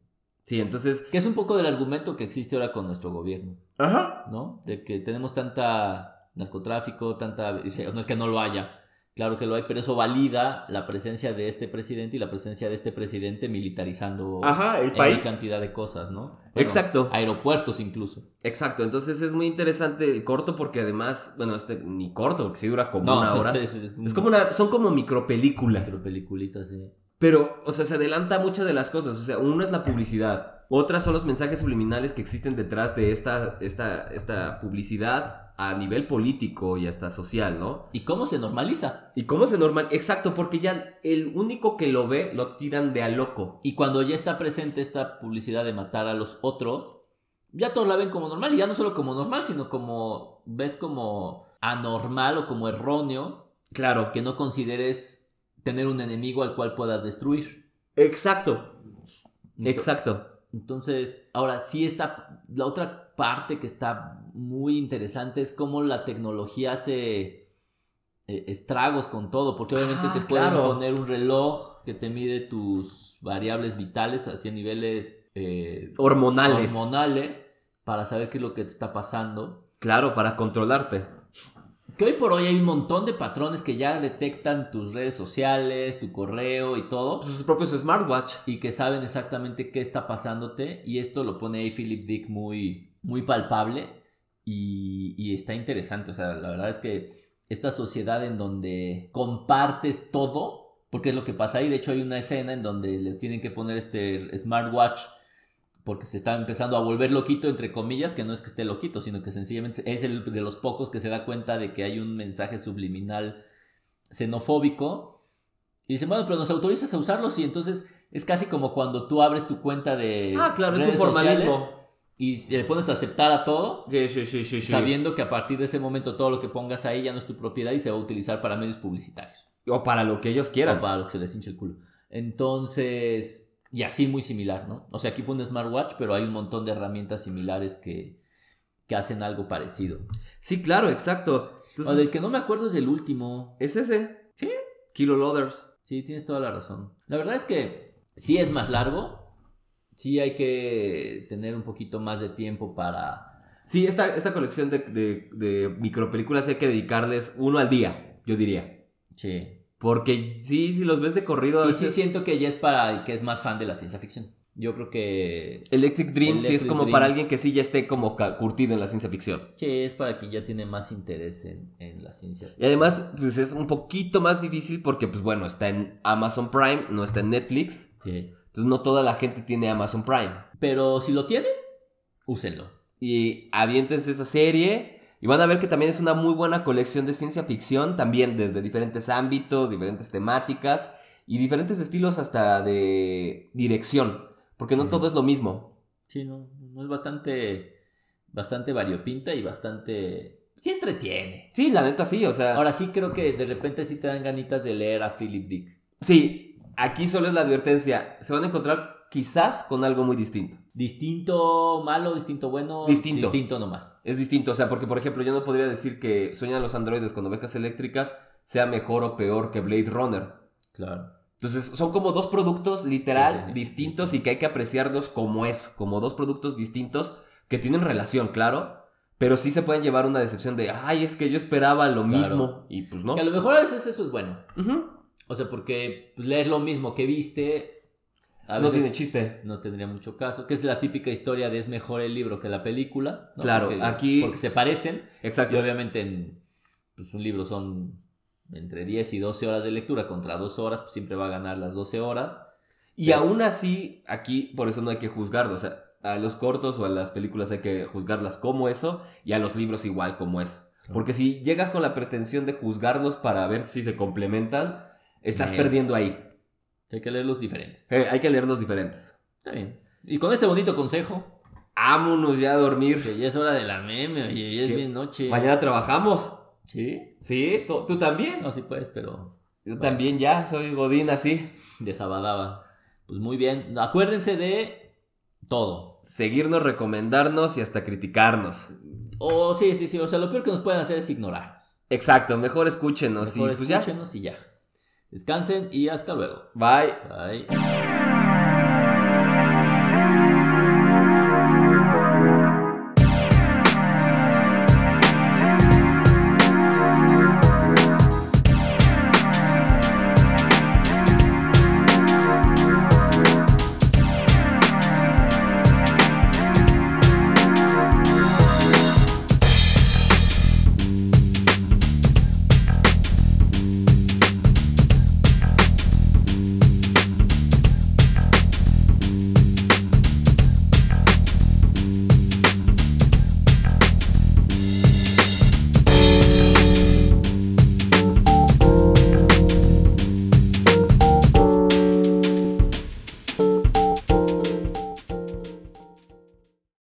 Speaker 2: Sí, entonces...
Speaker 1: Que es un poco del argumento que existe ahora con nuestro gobierno,
Speaker 2: Ajá.
Speaker 1: ¿no? De que tenemos tanta narcotráfico, tanta... o sea, No es que no lo haya, claro que lo hay, pero eso valida la presencia de este presidente y la presencia de este presidente militarizando
Speaker 2: Ajá, el
Speaker 1: N
Speaker 2: país.
Speaker 1: cantidad de cosas, ¿no? Bueno,
Speaker 2: Exacto.
Speaker 1: Aeropuertos incluso.
Speaker 2: Exacto, entonces es muy interesante el corto porque además, bueno, este ni corto, porque [laughs] sí dura como
Speaker 1: [laughs]
Speaker 2: una hora.
Speaker 1: es, es- es un-
Speaker 2: Es como una, son como micropelículas.
Speaker 1: Pero peliculita, sí.
Speaker 2: Pero, o sea, se adelanta muchas de las cosas. O sea, una es la publicidad, otra son los mensajes subliminales que existen detrás de esta, esta, esta publicidad a nivel político y hasta social, ¿no?
Speaker 1: ¿Y cómo se normaliza?
Speaker 2: Y cómo se normal. Exacto, porque ya el único que lo ve lo tiran de a loco.
Speaker 1: Y cuando ya está presente esta publicidad de matar a los otros, ya todos la ven como normal. Y ya no solo como normal, sino como ves como anormal o como erróneo
Speaker 2: Claro.
Speaker 1: que no consideres tener un enemigo al cual puedas destruir.
Speaker 2: Exacto, exacto.
Speaker 1: Entonces, ahora sí está, la otra parte que está muy interesante es cómo la tecnología se eh, estragos con todo, porque obviamente
Speaker 2: Ah,
Speaker 1: te pueden
Speaker 2: claro.
Speaker 1: poner un reloj que te mide tus variables vitales hacia niveles eh,
Speaker 2: Hormonales.
Speaker 1: hormonales para saber qué es lo que te está pasando.
Speaker 2: claro, para controlarte.
Speaker 1: Que hoy por hoy hay un montón de patrones que ya detectan tus redes sociales, tu correo y todo.
Speaker 2: Sus propios smartwatch.
Speaker 1: y que saben exactamente qué está pasándote. Y esto lo pone ahí Philip Dick muy, muy palpable y, y está interesante. O sea, la verdad es que esta sociedad en donde compartes todo, porque es lo que pasa ahí. De hecho, hay una escena en donde le tienen que poner este smartwatch porque se está empezando a volver loquito, entre comillas, que no es que esté loquito, sino que sencillamente es el de los pocos que se da cuenta de que hay un mensaje subliminal xenofóbico. Y dicen, bueno, pero nos autorizas a usarlos y entonces es casi como cuando tú abres tu cuenta de...
Speaker 2: Ah, claro, es un
Speaker 1: redes sociales
Speaker 2: formalismo.
Speaker 1: Y le pones a aceptar a todo,
Speaker 2: Sí, sí, sí, sí, sí.
Speaker 1: sabiendo que a partir de ese momento todo lo que pongas ahí ya no es tu propiedad y se va a utilizar para medios publicitarios.
Speaker 2: O para lo que ellos quieran.
Speaker 1: O para lo que se les hinche el culo. Entonces, y así muy similar, ¿no? O sea, aquí fue un smartwatch, pero hay un montón de herramientas similares que, que hacen algo parecido.
Speaker 2: Sí, claro, exacto.
Speaker 1: O
Speaker 2: Entonces,
Speaker 1: del que no me acuerdo es del último.
Speaker 2: es ese.
Speaker 1: Sí.
Speaker 2: Kilo Loaders.
Speaker 1: Sí, tienes toda la razón. La verdad es que sí es más largo. Sí hay que tener un poquito más de tiempo para...
Speaker 2: Sí, esta, esta colección de, de, de micropelículas hay que dedicarles uno al día, yo diría.
Speaker 1: Sí.
Speaker 2: Porque sí, si los ves de corrido a
Speaker 1: Y sí
Speaker 2: veces-
Speaker 1: siento que ya es para el que es más fan de la ciencia ficción. Yo creo que...
Speaker 2: Electric Dream sí es
Speaker 1: Electric
Speaker 2: como para
Speaker 1: Dreams.
Speaker 2: alguien que sí ya esté como ca- curtido en la ciencia ficción.
Speaker 1: Sí, es para quien ya tiene más interés en, en la ciencia ficción.
Speaker 2: Y además, pues es un poquito más difícil porque, pues bueno, está en Amazon Prime, no está en Netflix.
Speaker 1: Sí.
Speaker 2: Entonces no toda la gente tiene Amazon Prime.
Speaker 1: Pero si lo tienen, úsenlo.
Speaker 2: Y aviéntense esa serie. Y van a ver que también es una muy buena colección de ciencia ficción, también desde diferentes ámbitos, diferentes temáticas y diferentes estilos hasta de dirección. Porque no
Speaker 1: Sí.
Speaker 2: todo es lo mismo.
Speaker 1: Sí, no, no es bastante, bastante variopinta y bastante... Sí entretiene.
Speaker 2: Sí, la neta sí, o sea.
Speaker 1: Ahora sí creo que de repente sí te dan ganitas de leer a Philip Dick.
Speaker 2: Sí, aquí solo es la advertencia. Se van a encontrar quizás con algo muy distinto.
Speaker 1: Distinto malo, distinto bueno.
Speaker 2: Distinto.
Speaker 1: Distinto nomás.
Speaker 2: Es distinto, o sea, porque por ejemplo yo no podría decir que Sueñan los androides con ovejas eléctricas sea mejor o peor que Blade Runner.
Speaker 1: Claro.
Speaker 2: Entonces son como dos productos literal
Speaker 1: Sí, sí, sí.
Speaker 2: distintos y que hay que apreciarlos como eso, como dos productos distintos que tienen relación, claro, pero sí se pueden llevar una decepción de, ay, es que yo esperaba lo
Speaker 1: Claro.
Speaker 2: mismo y pues no.
Speaker 1: Que a lo mejor a veces eso es bueno.
Speaker 2: Ujú.
Speaker 1: O sea, porque pues, lees lo mismo que viste. A
Speaker 2: No
Speaker 1: veces
Speaker 2: tiene chiste.
Speaker 1: no tendría mucho caso. Que es la típica historia de es mejor el libro que la película. ¿no?
Speaker 2: Claro,
Speaker 1: Porque-
Speaker 2: aquí-
Speaker 1: Porque se parecen. Y
Speaker 2: Exacto.
Speaker 1: obviamente en pues, un libro son entre 10 y 12 horas de lectura contra 2 horas, pues siempre va a ganar las 12 horas.
Speaker 2: Y aún así, aquí por eso no hay que juzgarlo. O sea, a los cortos o a las películas hay que juzgarlas como eso y a los libros igual como eso. Porque si llegas con la pretensión de juzgarlos para ver si se complementan, estás
Speaker 1: Eh.
Speaker 2: perdiendo ahí.
Speaker 1: Hay que leerlos diferentes.
Speaker 2: Eh, hay que leerlos diferentes.
Speaker 1: Está bien. Y con este bonito consejo,
Speaker 2: Ámonos ya a dormir.
Speaker 1: que ya es hora de la meme, oye, ya es
Speaker 2: ¿Qué?
Speaker 1: bien noche.
Speaker 2: Mañana trabajamos.
Speaker 1: ¿Sí?
Speaker 2: Sí, tú, tú también.
Speaker 1: No, sí puedes, pero
Speaker 2: Yo también ya, soy Godín así.
Speaker 1: de sabadaba. Pues muy bien. Acuérdense de todo.
Speaker 2: Seguirnos, recomendarnos y hasta criticarnos.
Speaker 1: O sí, sí, sí. O sea, lo peor que nos pueden hacer es ignorarnos.
Speaker 2: Exacto, mejor escúchenos
Speaker 1: Mejor
Speaker 2: y pues ya.
Speaker 1: escúchenos y ya. Descansen y hasta luego.
Speaker 2: Bye.
Speaker 1: Bye.